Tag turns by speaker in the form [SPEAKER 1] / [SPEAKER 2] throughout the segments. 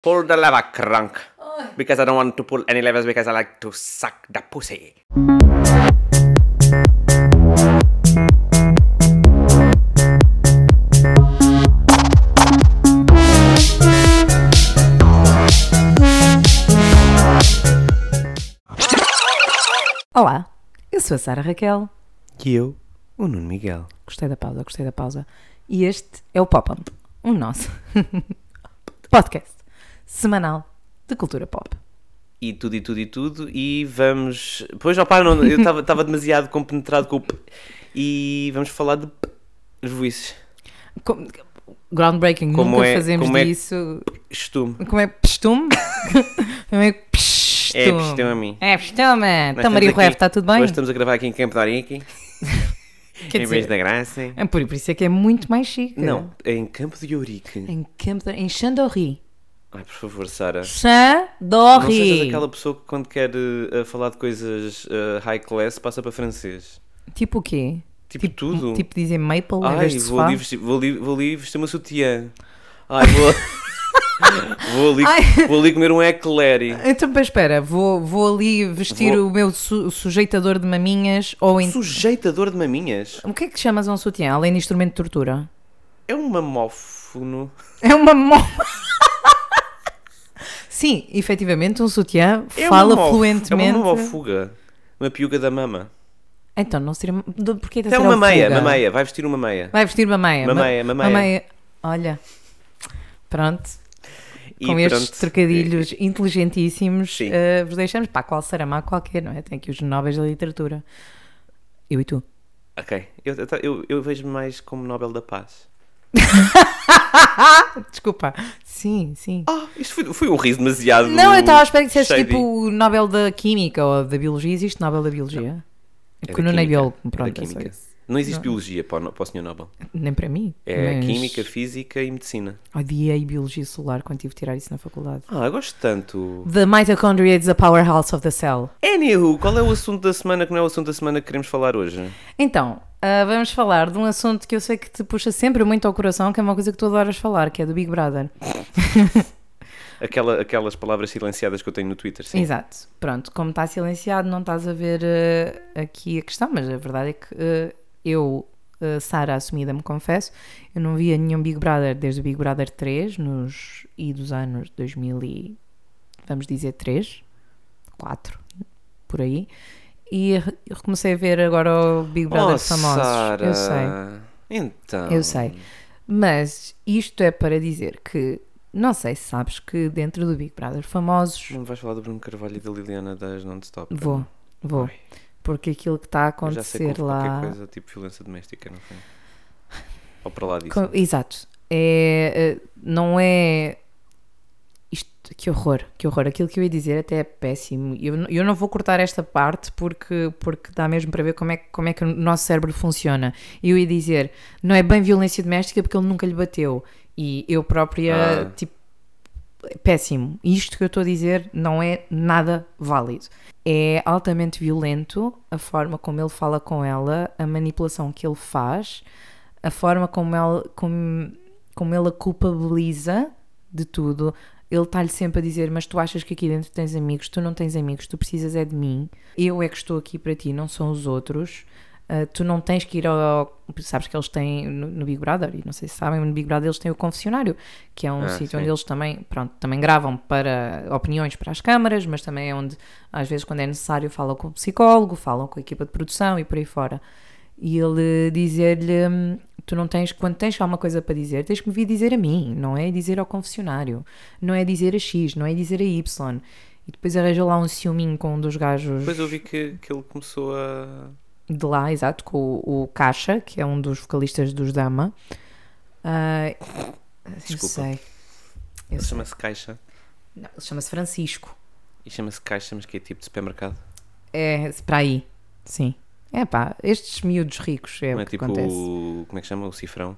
[SPEAKER 1] Pull the lever, crunk.
[SPEAKER 2] Ai.
[SPEAKER 1] Because I don't want to pull any levers because I like to suck the pussy.
[SPEAKER 2] Olá, eu sou a Sara Raquel.
[SPEAKER 1] E eu, o Nuno Miguel.
[SPEAKER 2] Gostei da pausa, gostei da pausa. E este é o Pop Up, o nosso podcast semanal de cultura pop.
[SPEAKER 1] E tudo, e tudo, e tudo. E vamos. Pois, opá, não, eu estava demasiado compenetrado com o p. E vamos falar de p. As voices.
[SPEAKER 2] Como- groundbreaking,
[SPEAKER 1] Como
[SPEAKER 2] nunca
[SPEAKER 1] é-
[SPEAKER 2] fazemos
[SPEAKER 1] como é-
[SPEAKER 2] disso.
[SPEAKER 1] Costume.
[SPEAKER 2] Como é costume? Como é costume?
[SPEAKER 1] É costume a mim.
[SPEAKER 2] É costume.
[SPEAKER 1] Nós
[SPEAKER 2] Então,
[SPEAKER 1] estamos
[SPEAKER 2] Maria
[SPEAKER 1] aqui-
[SPEAKER 2] Rueff, está tudo bem?
[SPEAKER 1] Hoje estamos a gravar aqui em Campo de Ourique,
[SPEAKER 2] Quer
[SPEAKER 1] em Vez
[SPEAKER 2] dizer,
[SPEAKER 1] da Graça.
[SPEAKER 2] é por, por isso é que é muito mais chique.
[SPEAKER 1] Não, é em Campo de Ourique.
[SPEAKER 2] Em Campo de- em Chandorri.
[SPEAKER 1] Ai, por favor, Sara. Não sejas
[SPEAKER 2] Chandorri.
[SPEAKER 1] aquela pessoa que quando quer eh, eh, falar de coisas eh, high class passa para francês.
[SPEAKER 2] Tipo o quê?
[SPEAKER 1] Tipo, tudo.
[SPEAKER 2] Tipo dizer maple em
[SPEAKER 1] Ai,
[SPEAKER 2] vez de
[SPEAKER 1] vou
[SPEAKER 2] sofá?
[SPEAKER 1] ali, vestir, vou, ali, vou ali vestir uma sutiã. Ai, vou, vou, ali,
[SPEAKER 2] Ai.
[SPEAKER 1] vou ali comer um eclair.
[SPEAKER 2] Então, mas espera, vou, vou ali vestir
[SPEAKER 1] Vou-
[SPEAKER 2] o meu su- sujeitador de maminhas ou em...
[SPEAKER 1] Sujeitador de maminhas?
[SPEAKER 2] O que é que chamas a um sutiã, além de instrumento de tortura?
[SPEAKER 1] É um mamófono.
[SPEAKER 2] É uma mo... Sim, efetivamente, um sutiã
[SPEAKER 1] É um
[SPEAKER 2] fala
[SPEAKER 1] mamóf- É
[SPEAKER 2] fluentemente...
[SPEAKER 1] uma mamófuga. Uma piuga da mama.
[SPEAKER 2] então, não seria... do- Porquê da
[SPEAKER 1] Até Então, uma meia, mameia. Vai vestir uma meia.
[SPEAKER 2] Vai vestir mameia. ma-
[SPEAKER 1] Mameia, mameia.
[SPEAKER 2] Olha, pronto,
[SPEAKER 1] E
[SPEAKER 2] com estes
[SPEAKER 1] pronto.
[SPEAKER 2] trocadilhos inteligentíssimos,
[SPEAKER 1] Sim.
[SPEAKER 2] eh, vos deixamos para qual Saramago qualquer, não é? Tem aqui os nobres da literatura. Eu e tu.
[SPEAKER 1] Ok. Eu, eu, eu- eu vejo-me mais como Nobel da Paz.
[SPEAKER 2] Desculpa. Sim, sim.
[SPEAKER 1] Ah, isto foi, foi um riso demasiado.
[SPEAKER 2] não, eu estava à espera que dissesse
[SPEAKER 1] shady.
[SPEAKER 2] tipo o Nobel da Química ou da Biologia. Existe Nobel da Biologia? É Porque o
[SPEAKER 1] da
[SPEAKER 2] Nuno é
[SPEAKER 1] química,
[SPEAKER 2] biólogo.
[SPEAKER 1] é da
[SPEAKER 2] Pronto, é só
[SPEAKER 1] química.
[SPEAKER 2] isso.
[SPEAKER 1] Não existe biologia para o, no- para o Sr. Nobel.
[SPEAKER 2] Nem para mim.
[SPEAKER 1] É
[SPEAKER 2] mas
[SPEAKER 1] química, física e medicina.
[SPEAKER 2] Odiei Biologia Solar quando tive de tirar isso na faculdade.
[SPEAKER 1] Ah, eu gosto tanto.
[SPEAKER 2] The mitochondria is the powerhouse of the cell.
[SPEAKER 1] Anywho, qual é o assunto da semana que não é o assunto da semana que queremos falar hoje?
[SPEAKER 2] Então, ah, vamos falar de um assunto que eu sei que te puxa sempre muito ao coração, que é uma coisa que tu adoras falar, que é do Big Brother.
[SPEAKER 1] Aquela, aquelas palavras silenciadas que eu tenho no Twitter, sim.
[SPEAKER 2] Exato. Pronto, como está silenciado, não estás a ver eh, aqui a questão, mas a verdade é que eh, eu, eh, Sara Assumida, me confesso, eu não via nenhum Big Brother desde o Big Brother 3, nos e dos anos 2000 e, vamos dizer, 3, 4, por aí. E re- recomecei a ver agora o Big Brother
[SPEAKER 1] Oh,
[SPEAKER 2] Famosos.
[SPEAKER 1] Sara.
[SPEAKER 2] Eu sei.
[SPEAKER 1] Então.
[SPEAKER 2] Eu sei. Mas isto é para dizer que não sei se sabes que dentro do Big Brother famosos.
[SPEAKER 1] Não vais falar do Bruno Carvalho e da Liliana das Non-Stop?
[SPEAKER 2] Vou, vou.
[SPEAKER 1] Ai.
[SPEAKER 2] Porque aquilo que está a
[SPEAKER 1] Eu já sei que
[SPEAKER 2] acontecer
[SPEAKER 1] houve qualquer
[SPEAKER 2] lá.
[SPEAKER 1] coisa, tipo violência doméstica, não foi? Ou para lá disso.
[SPEAKER 2] Co- Exato. É, eh, não é. Isto, que horror, que horror. Aquilo que eu ia dizer até é péssimo. Eu, n- eu não vou cortar esta parte porque, porque dá mesmo para ver como é, que- como é que o nosso cérebro funciona. Eu ia dizer, não é bem violência doméstica porque ele nunca lhe bateu. E eu própria,
[SPEAKER 1] Ah.
[SPEAKER 2] tipo, péssimo. Isto que eu estou a dizer não é nada válido. É altamente violento a forma como ele fala com ela, a manipulação que ele faz, a forma como ele, como, como ele a culpabiliza de tudo. Ele está-lhe sempre a dizer: Mas tu achas que aqui dentro tens amigos? Tu não tens amigos, tu precisas é de mim. Eu é que estou aqui para ti, não são os outros. Ah, tu não tens que ir ao. Sabes que eles têm no, no Big Brother, e não sei se sabem, no Big Brother eles têm o confessionário, que é um
[SPEAKER 1] Ah,
[SPEAKER 2] sítio
[SPEAKER 1] sim.
[SPEAKER 2] onde eles também, pronto, também gravam para opiniões para as câmaras, mas também é onde, às vezes, quando é necessário, falam com o psicólogo, falam com a equipa de produção e por aí fora. E ele dizer-lhe: hum, Tu não tens, quando tens alguma coisa para dizer, tens que me vir dizer a mim, não é dizer ao confessionário, não é dizer a X, não é dizer a Y. E depois arranja lá um ciúminho com um dos gajos
[SPEAKER 1] Depois eu vi que, que ele começou a.
[SPEAKER 2] de lá, exato, com o, o Caixa, que é um dos vocalistas dos Dama. Ah,
[SPEAKER 1] Desculpa.
[SPEAKER 2] Eu sei. Eu
[SPEAKER 1] Ele
[SPEAKER 2] sei.
[SPEAKER 1] chama-se Caixa.
[SPEAKER 2] Não, ele chama-se Francisco.
[SPEAKER 1] E chama-se Caixa, mas que é tipo de supermercado.
[SPEAKER 2] É, para aí. Sim. É pá, estes miúdos ricos é
[SPEAKER 1] não
[SPEAKER 2] o
[SPEAKER 1] é
[SPEAKER 2] que
[SPEAKER 1] tipo.
[SPEAKER 2] acontece.
[SPEAKER 1] o- Como é que chama? O cifrão.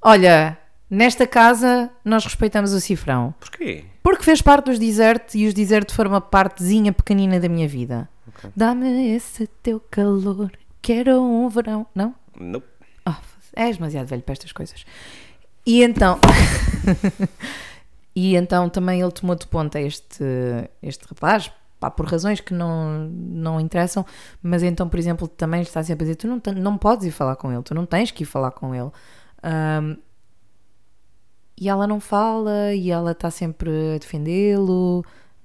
[SPEAKER 2] Olha, nesta casa nós respeitamos o cifrão.
[SPEAKER 1] Porquê?
[SPEAKER 2] Porque fez parte dos desert e os desert foram uma partezinha pequenina da minha vida. Dá-me esse teu calor, quero um verão. Não?
[SPEAKER 1] Nope.
[SPEAKER 2] Oh, és demasiado velho para estas coisas. E então. E então também ele tomou de ponta este, este rapaz, pá, por razões que não, não interessam, mas então, por exemplo, também está sempre a dizer: tu não, ten- não podes ir falar com ele, tu não tens que ir falar com ele. Ahm, e ela não fala, e ela está sempre a defendê-lo.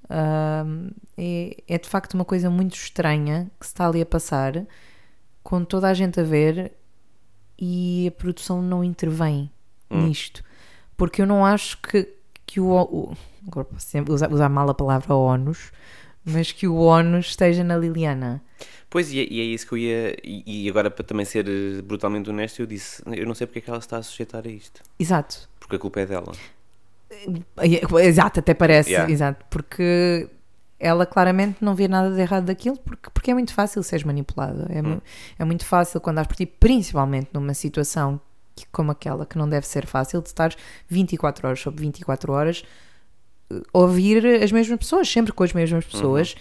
[SPEAKER 2] Ahm, é, é de facto uma coisa muito estranha que se está ali a passar, com toda a gente a ver, e a produção não intervém nisto. Porque eu não acho que, que o, o. Agora posso sempre usar, usar mal a palavra ónus, mas que o ónus esteja na Liliana.
[SPEAKER 1] Pois, e é, e é isso que eu ia. E, e agora, para também ser eh, brutalmente honesto, eu disse: eu não sei porque é que ela se está a sujeitar a isto.
[SPEAKER 2] Exato.
[SPEAKER 1] Porque a culpa é dela.
[SPEAKER 2] Exato, até parece.
[SPEAKER 1] Yeah.
[SPEAKER 2] Exato. Porque ela claramente não vê nada de errado daquilo, porque, porque é muito fácil seres manipulado. É, mu- é muito fácil quando estás por ti, principalmente numa situação que- como aquela, que não deve ser fácil, de estares 24 horas sobre 24 horas eh, ouvir as mesmas pessoas, sempre com as mesmas pessoas,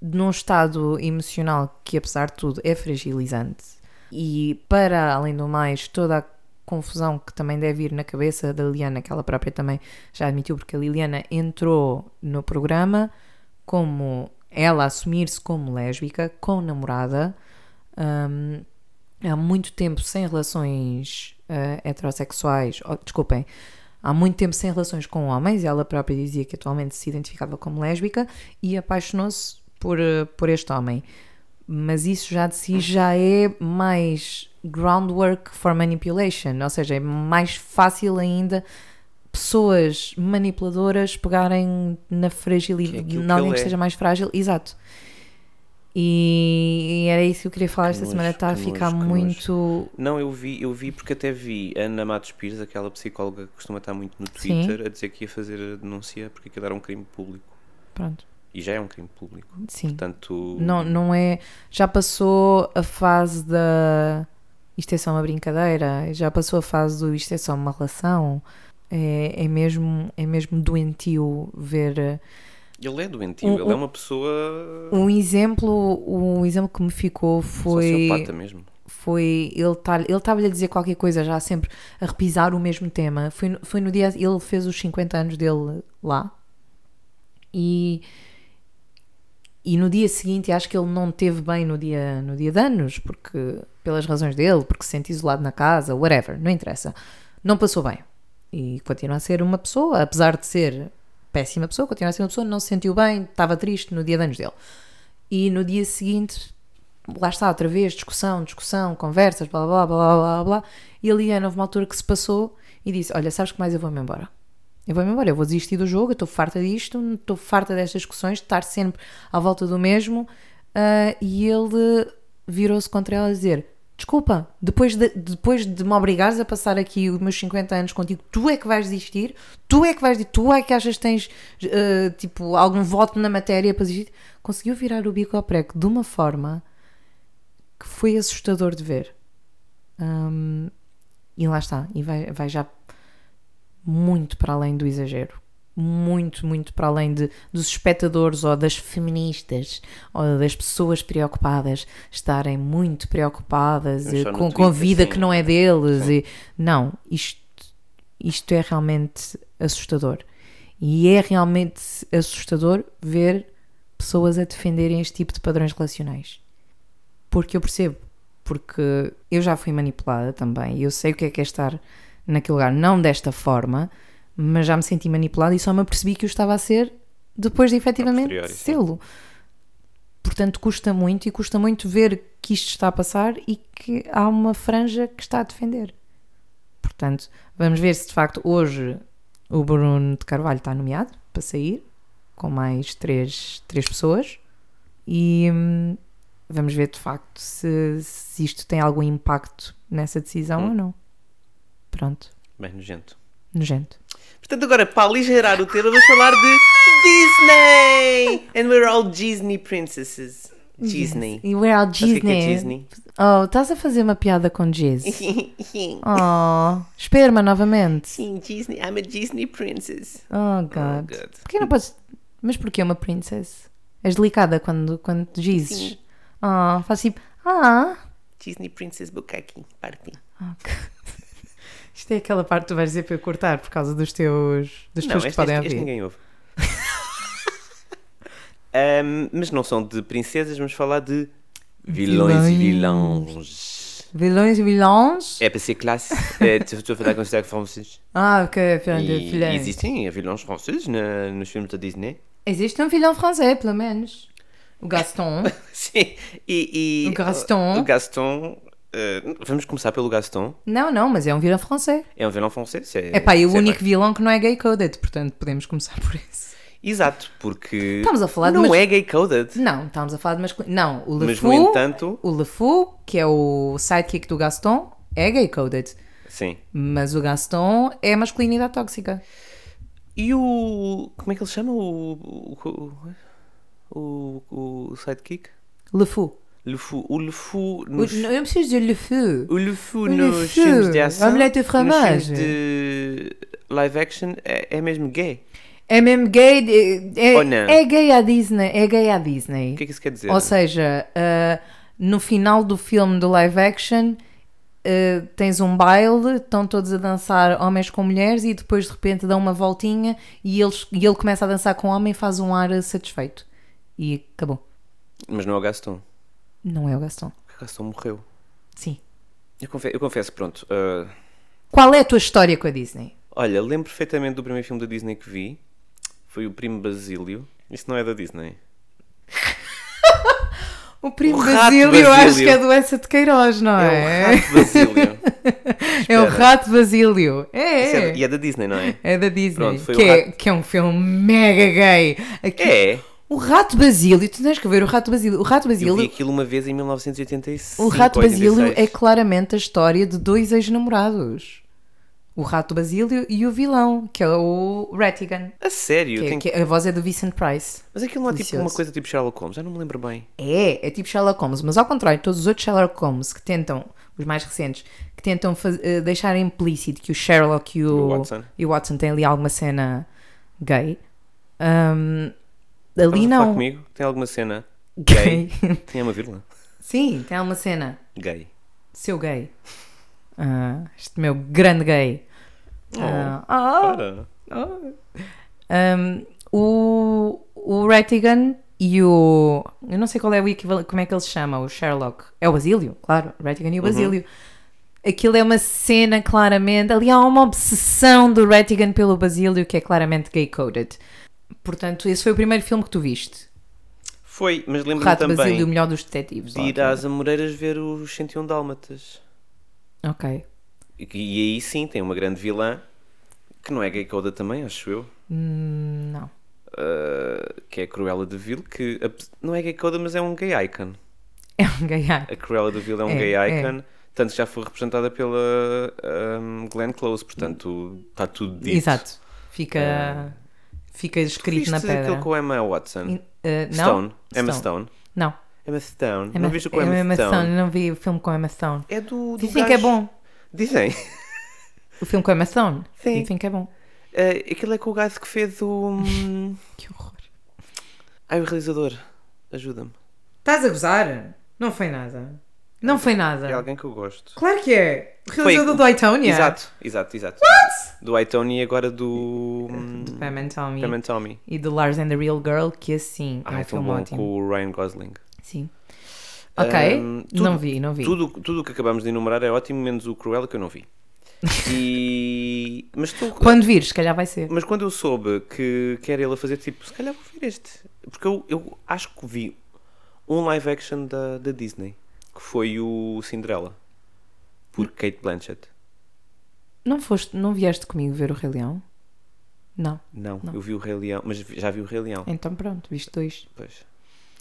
[SPEAKER 2] num estado emocional que, apesar de tudo, é fragilizante. E para além do mais, toda a confusão que também deve ir na cabeça da Liliana, que ela própria também já admitiu, porque a Liliana entrou no programa como ela assumir-se como lésbica, com namorada, hum, há muito tempo sem relações ah, heterossexuais, oh, desculpem, há muito tempo sem relações com homens, e ela própria dizia que atualmente se identificava como lésbica e apaixonou-se por, ah, por este homem. Mas isso já de si já é mais groundwork for manipulation, ou seja, é mais fácil ainda pessoas manipuladoras pegarem na
[SPEAKER 1] Que é
[SPEAKER 2] fragilidade,
[SPEAKER 1] aquilo que
[SPEAKER 2] na alguém
[SPEAKER 1] ele
[SPEAKER 2] que
[SPEAKER 1] é.
[SPEAKER 2] esteja mais frágil, exato. E era isso que eu queria falar esta
[SPEAKER 1] nojo,
[SPEAKER 2] semana. Está a
[SPEAKER 1] que
[SPEAKER 2] ficar
[SPEAKER 1] nojo, que
[SPEAKER 2] muito.
[SPEAKER 1] Não, eu vi, eu vi porque até vi a Ana Matos Pires, aquela psicóloga que costuma estar muito no
[SPEAKER 2] Sim.
[SPEAKER 1] Twitter, a dizer que ia fazer a denúncia porque aquilo era um crime público.
[SPEAKER 2] Pronto,
[SPEAKER 1] E já é um crime público.
[SPEAKER 2] sim.
[SPEAKER 1] Portanto,
[SPEAKER 2] Não, não é. Já passou a fase da. Isto é só uma brincadeira. Já passou a fase do isto é só uma relação. É, é mesmo, é mesmo doentio ver. eh,
[SPEAKER 1] ele é doentio,
[SPEAKER 2] Um-
[SPEAKER 1] ele é uma pessoa
[SPEAKER 2] Um exemplo, um exemplo que me ficou foi.
[SPEAKER 1] sociopata mesmo.
[SPEAKER 2] foi ele tá, ele estava-lhe a dizer qualquer coisa já sempre a repisar o mesmo tema foi, no- foi no dia ele fez os 50 anos dele lá e e no dia seguinte acho que ele não teve bem no dia no dia de anos porque pelas razões dele porque se sente isolado na casa whatever não interessa não passou bem e continua a ser uma pessoa apesar de ser péssima pessoa continua a ser uma pessoa não se sentiu bem estava triste no dia de anos dele e no dia seguinte lá está outra vez, discussão, discussão, conversas, blá blá blá blá blá blá. E a Liana houve uma altura que se passou e disse: Olha, sabes que mais eu vou-me embora. Eu vou-me embora, eu vou desistir do jogo, eu estou farta disto, estou farta destas discussões, de estar sempre à volta do mesmo. Ah, e ele virou-se contra ela a dizer: Desculpa, depois de, depois de me obrigares a passar aqui os meus 50 anos contigo, tu é que vais desistir, tu é que vais, tu é que achas que tens ah, tipo, algum voto na matéria para desistir. Conseguiu virar o bico ao prego de uma forma que foi assustador de ver. Hum, e lá está, e vai, vai já muito para além do exagero. Muito, muito para além de, dos espectadores ou das feministas ou das pessoas preocupadas estarem muito preocupadas
[SPEAKER 1] Mas
[SPEAKER 2] eh,
[SPEAKER 1] só no
[SPEAKER 2] com, com a
[SPEAKER 1] Twitter,
[SPEAKER 2] vida
[SPEAKER 1] sim.
[SPEAKER 2] que não é deles. E, não, isto, isto é realmente assustador. E é realmente assustador ver pessoas a defenderem este tipo de padrões relacionais. Porque eu percebo, porque eu já fui manipulada também, e eu sei o que é que é estar naquele lugar, não desta forma, mas já me senti manipulada e só me apercebi que eu estava a ser depois de efetivamente
[SPEAKER 1] posteriori, sim.
[SPEAKER 2] sê-lo. Portanto, custa muito e custa muito ver que isto está a passar e que há uma franja que está a defender. Portanto, vamos ver se de facto hoje o Bruno de Carvalho está nomeado para sair com mais três, três pessoas e hum, vamos ver de facto se, se isto tem algum impacto nessa decisão
[SPEAKER 1] Hum.
[SPEAKER 2] ou não. Pronto,
[SPEAKER 1] Bem nojento.
[SPEAKER 2] nojento.
[SPEAKER 1] Portanto, agora, para aligerar o tema, vamos falar de Disney! And we're all Disney princesses. Disney.
[SPEAKER 2] E we're all
[SPEAKER 1] Sabes o que é que
[SPEAKER 2] Disney.
[SPEAKER 1] é Disney?
[SPEAKER 2] Oh, estás a fazer uma piada com Jizz. Oh, esperma novamente.
[SPEAKER 1] Sim, Disney. I'm a Disney princess.
[SPEAKER 2] Oh,
[SPEAKER 1] Oh,
[SPEAKER 2] God.
[SPEAKER 1] God.
[SPEAKER 2] Porquê não podes. Mas porquê uma princess? És delicada quando, quando dizes.
[SPEAKER 1] Sim.
[SPEAKER 2] Oh, faz tipo. Ah.
[SPEAKER 1] Disney princess Bukaki. Party.
[SPEAKER 2] Oh, God. Isto é aquela parte que tu vais dizer para eu cortar por causa dos teus. das
[SPEAKER 1] Não,
[SPEAKER 2] pessoas
[SPEAKER 1] este,
[SPEAKER 2] que
[SPEAKER 1] é
[SPEAKER 2] te podem
[SPEAKER 1] este- este
[SPEAKER 2] ouvir.
[SPEAKER 1] ninguém ouve. Ahm, mas não são de princesas, vamos falar de vilões e vilãos.
[SPEAKER 2] Vilões e vilões?
[SPEAKER 1] É para ser classe. É, Estou a falar com o sotaque francês.
[SPEAKER 2] Ah, ok, filhão de
[SPEAKER 1] E
[SPEAKER 2] vilões.
[SPEAKER 1] existem eh, vilões franceses na- nos filmes da Disney?
[SPEAKER 2] Existe um vilão francês, pelo menos. O Gaston.
[SPEAKER 1] Sim. E, e-
[SPEAKER 2] O Gaston.
[SPEAKER 1] O Gaston. eh, vamos começar pelo Gaston.
[SPEAKER 2] não, não, mas é um vilão francês.
[SPEAKER 1] É um vilão francês. É,
[SPEAKER 2] É pá, e o
[SPEAKER 1] sei
[SPEAKER 2] único
[SPEAKER 1] lá.
[SPEAKER 2] vilão que não é gay-coded, portanto podemos começar por esse.
[SPEAKER 1] Exato, porque.
[SPEAKER 2] Estamos a falar de
[SPEAKER 1] Não
[SPEAKER 2] mas-
[SPEAKER 1] é gay-coded.
[SPEAKER 2] Não, estamos a falar de masculino. Não, o
[SPEAKER 1] Mas,
[SPEAKER 2] LeFou,
[SPEAKER 1] no entanto.
[SPEAKER 2] o LeFou, que é o sidekick do Gaston, é gay-coded.
[SPEAKER 1] Sim.
[SPEAKER 2] Mas o Gaston é masculinidade tóxica.
[SPEAKER 1] E o. Como é que ele chama? O. O. O, o- o sidekick?
[SPEAKER 2] LeFou.
[SPEAKER 1] Lefou. O Lefou
[SPEAKER 2] O-
[SPEAKER 1] nos.
[SPEAKER 2] não, Eu preciso dizer LeFou.
[SPEAKER 1] O Lefou
[SPEAKER 2] O
[SPEAKER 1] nos
[SPEAKER 2] Lefou,
[SPEAKER 1] filmes de ação.
[SPEAKER 2] omelete e
[SPEAKER 1] nos filmes
[SPEAKER 2] fromage.
[SPEAKER 1] de live action é, é mesmo gay.
[SPEAKER 2] É mesmo gay. de- É,
[SPEAKER 1] Ou não?
[SPEAKER 2] é gay à Disney. É gay à Disney.
[SPEAKER 1] O que é que isso quer dizer?
[SPEAKER 2] Ou seja, ah, no final do filme do live action ah, tens um baile, estão todos a dançar homens com mulheres e depois de repente dão uma voltinha e, eles, e ele começa a dançar com o homem e faz um ar satisfeito. E acabou.
[SPEAKER 1] Mas não é o Gaston.
[SPEAKER 2] Não é o Gaston.
[SPEAKER 1] O Gaston morreu.
[SPEAKER 2] Sim.
[SPEAKER 1] Eu, confe- eu confesso, pronto. ah,
[SPEAKER 2] Qual é a tua história com a Disney?
[SPEAKER 1] olha, lembro perfeitamente do primeiro filme da Disney que vi. Foi o Primo Basílio. Isso não é da Disney.
[SPEAKER 2] O primo
[SPEAKER 1] O rato
[SPEAKER 2] Basílio, eu acho
[SPEAKER 1] Basílio.
[SPEAKER 2] que é a doença de Queiroz, não
[SPEAKER 1] É
[SPEAKER 2] é?
[SPEAKER 1] o Rato Basílio.
[SPEAKER 2] É o
[SPEAKER 1] espera.
[SPEAKER 2] rato Basílio. É,
[SPEAKER 1] Isso
[SPEAKER 2] é.
[SPEAKER 1] é da- e é da Disney, não é?
[SPEAKER 2] É da Disney,
[SPEAKER 1] Pronto, foi o
[SPEAKER 2] que, é,
[SPEAKER 1] rato.
[SPEAKER 2] que é um filme mega gay. Aqui-
[SPEAKER 1] É.
[SPEAKER 2] O Rato Basílio, tu tens que ver o Rato Basílio. O Rato
[SPEAKER 1] Eu vi
[SPEAKER 2] Basílio,
[SPEAKER 1] aquilo uma vez em 1985.
[SPEAKER 2] o Rato
[SPEAKER 1] ou 86.
[SPEAKER 2] Basílio é claramente a história de dois ex-namorados. O Rato Basílio e o vilão, que é o Rattigan.
[SPEAKER 1] A sério?
[SPEAKER 2] Que, é-
[SPEAKER 1] tenho-
[SPEAKER 2] que a voz é do Vincent Price.
[SPEAKER 1] Mas aquilo não é tipo
[SPEAKER 2] Delicioso.
[SPEAKER 1] uma coisa tipo Sherlock Holmes? Já não me lembro bem.
[SPEAKER 2] É, é tipo Sherlock Holmes, mas ao contrário de todos os outros Sherlock Holmes que tentam, os mais recentes, que tentam faz- eh, deixar implícito que o Sherlock e o,
[SPEAKER 1] O Watson.
[SPEAKER 2] e o Watson têm ali alguma cena gay, ahm, ali
[SPEAKER 1] Estavas a Falar
[SPEAKER 2] não.
[SPEAKER 1] comigo? Tem alguma cena?
[SPEAKER 2] Gay.
[SPEAKER 1] Tem uma vírgula?
[SPEAKER 2] Sim, tem uma cena.
[SPEAKER 1] Gay.
[SPEAKER 2] Seu gay. Ah, este meu grande gay.
[SPEAKER 1] Oh.
[SPEAKER 2] Ah, ah,
[SPEAKER 1] Para.
[SPEAKER 2] Um, o, o Rattigan e o. Eu não sei qual é o equivalente. Como é que ele se chama? O Sherlock. É o Basílio, claro. O Rattigan e
[SPEAKER 1] Uhum.
[SPEAKER 2] o Basílio. Aquilo é uma cena, claramente. Ali há uma obsessão do Rattigan pelo Basílio que é claramente gay-coded. Portanto, esse foi o primeiro filme que tu viste.
[SPEAKER 1] Foi, mas
[SPEAKER 2] O
[SPEAKER 1] lembro-me
[SPEAKER 2] Rato Basílio, o
[SPEAKER 1] também
[SPEAKER 2] melhor dos detetives.
[SPEAKER 1] de ir às Amoreiras ver os 101 Dálmatas.
[SPEAKER 2] Ok.
[SPEAKER 1] E, e aí sim, tem uma grande vilã, que não é gay coda também, acho eu,
[SPEAKER 2] Hum, não.
[SPEAKER 1] ah, que é a Cruella de Vil, que ap- não é gay coda, mas é um gay icon.
[SPEAKER 2] É um gay ar.
[SPEAKER 1] A Cruella de Vil é um
[SPEAKER 2] É,
[SPEAKER 1] gay
[SPEAKER 2] é.
[SPEAKER 1] icon, tanto que já foi representada pela ahm, Glenn Close, portanto está tudo dito.
[SPEAKER 2] Exato. Fica, fica escrito
[SPEAKER 1] Eh, Viste
[SPEAKER 2] na
[SPEAKER 1] aquilo
[SPEAKER 2] pedra.
[SPEAKER 1] com a Emma Watson?
[SPEAKER 2] In- eh, não?
[SPEAKER 1] Stone. Emma
[SPEAKER 2] Stone.
[SPEAKER 1] Stone.
[SPEAKER 2] Não.
[SPEAKER 1] Emma Stone.
[SPEAKER 2] Emma-
[SPEAKER 1] Não viste o com a
[SPEAKER 2] é
[SPEAKER 1] Emma,
[SPEAKER 2] Emma
[SPEAKER 1] Stone?
[SPEAKER 2] Stone, Não vi o filme com a Emma Stone.
[SPEAKER 1] É do, do
[SPEAKER 2] Dizem que
[SPEAKER 1] gajo.
[SPEAKER 2] é bom.
[SPEAKER 1] Dizem.
[SPEAKER 2] O filme com a Emma Stone?
[SPEAKER 1] Sim.
[SPEAKER 2] Dizem que é bom.
[SPEAKER 1] Ah, aquilo é com o gajo que fez o... hum,
[SPEAKER 2] Que horror.
[SPEAKER 1] Ai, o realizador. Ajuda-me.
[SPEAKER 2] Estás a gozar? Não foi nada. Não foi nada.
[SPEAKER 1] É alguém que eu gosto.
[SPEAKER 2] Claro que é. O
[SPEAKER 1] realizador
[SPEAKER 2] do Itonia.
[SPEAKER 1] Exato, exato, exato. What? Do iTony e agora do. hum,
[SPEAKER 2] Do Pam and Tommy.
[SPEAKER 1] Pam and Tommy.
[SPEAKER 2] E do Lars and the Real Girl, que assim é
[SPEAKER 1] Ah,
[SPEAKER 2] um
[SPEAKER 1] é tão
[SPEAKER 2] filme
[SPEAKER 1] bom
[SPEAKER 2] ótimo.
[SPEAKER 1] com o Ryan Gosling.
[SPEAKER 2] Sim. Ok.
[SPEAKER 1] Hum, tudo-
[SPEAKER 2] não vi, não vi.
[SPEAKER 1] Tudo tudo o que acabamos de enumerar é ótimo, menos o Cruella que eu não vi. E. Mas, tu-
[SPEAKER 2] Quando vires, se calhar vai ser.
[SPEAKER 1] mas quando eu soube que, que era ele a fazer, tipo, se calhar vou ver este. Porque eu, eu acho que vi um live action da, da Disney que foi o Cinderela por
[SPEAKER 2] Hum.
[SPEAKER 1] Kate Blanchett.
[SPEAKER 2] Não foste, não vieste comigo ver o Rei Leão? Não.
[SPEAKER 1] Não,
[SPEAKER 2] Não.
[SPEAKER 1] eu vi o Rei Leão, mas vi- já vi o Rei Leão.
[SPEAKER 2] Então pronto, viste dois.
[SPEAKER 1] Pois.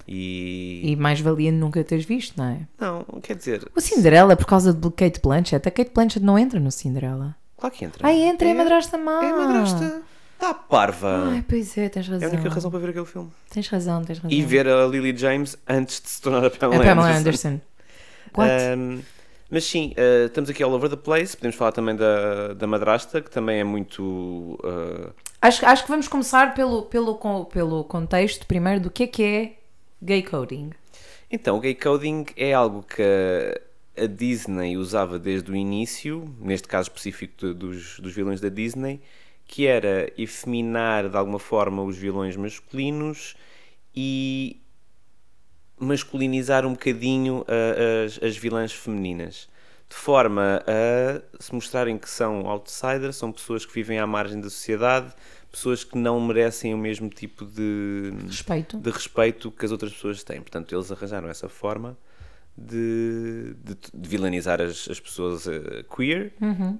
[SPEAKER 2] E mais valia nunca teres visto, não é?
[SPEAKER 1] Não, quer dizer.
[SPEAKER 2] O Cinderela, por causa de Kate Blanchett, a Kate Blanchett não entra no Cinderela.
[SPEAKER 1] Claro que entra.
[SPEAKER 2] Ai, entra, é,
[SPEAKER 1] É-
[SPEAKER 2] madrasta má.
[SPEAKER 1] É madrasta. Está parva.
[SPEAKER 2] Ai, pois é, tens
[SPEAKER 1] é
[SPEAKER 2] razão.
[SPEAKER 1] a única razão para ver aquele filme.
[SPEAKER 2] Tens razão, tens razão.
[SPEAKER 1] E ver a Lily James antes de se tornar a
[SPEAKER 2] Uhum. a
[SPEAKER 1] Pamela,
[SPEAKER 2] Pamela Anderson. What?
[SPEAKER 1] Ahm, mas sim, ah, estamos aqui all over the place. Podemos falar também da, da madrasta, que também é muito. ah,
[SPEAKER 2] Acho, acho que vamos começar pelo, pelo, con- pelo contexto primeiro do que é que é gay coding.
[SPEAKER 1] Então, o gay coding é algo que a- a Disney usava desde o início, neste caso específico de- dos, dos vilões da Disney, que era efeminar de alguma forma os vilões masculinos e masculinizar um bocadinho uh, as, as vilãs femininas. De forma a se mostrarem que são outsiders, são pessoas que vivem à margem da sociedade, pessoas que não merecem o mesmo tipo de
[SPEAKER 2] Respeito.
[SPEAKER 1] de respeito que as outras pessoas têm. Portanto, eles arranjaram essa forma de, de, de vilanizar as, as pessoas eh, queer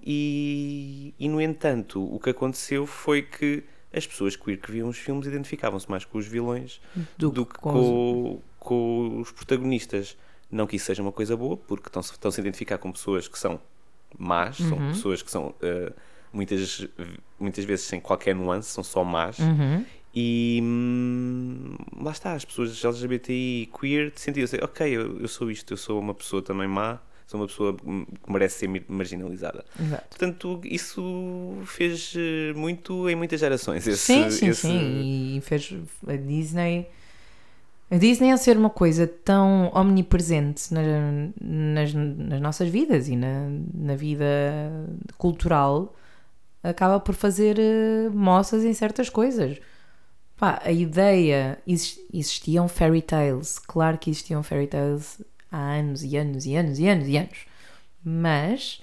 [SPEAKER 1] e, e, no entanto, o que aconteceu foi que as pessoas queer que viam os filmes identificavam-se mais com os vilões
[SPEAKER 2] Do
[SPEAKER 1] do,
[SPEAKER 2] que
[SPEAKER 1] que
[SPEAKER 2] com
[SPEAKER 1] com, com os protagonistas. Não que isso seja uma coisa boa, porque estão-se estão-se a identificar com pessoas que são más,
[SPEAKER 2] Uhum.
[SPEAKER 1] são pessoas que são eh, muitas, muitas vezes sem qualquer nuance, são só más.
[SPEAKER 2] Uhum.
[SPEAKER 1] E hum, lá está, as pessoas LGBTI queer sentiam-se, ok, eu, eu sou isto, eu sou uma pessoa também má, sou uma pessoa hum, que merece ser mi- marginalizada.
[SPEAKER 2] Exato.
[SPEAKER 1] Portanto, isso fez eh, muito em muitas gerações. Esse,
[SPEAKER 2] sim, sim,
[SPEAKER 1] esse-
[SPEAKER 2] sim. E fez a Disney. A Disney a ser uma coisa tão omnipresente na- nas, nas nossas vidas e na, na vida cultural acaba por fazer eh, moças em certas coisas. Pá, a ideia. exis- Existiam fairy tales. Claro que existiam fairy tales há anos e anos e anos e anos e anos. Mas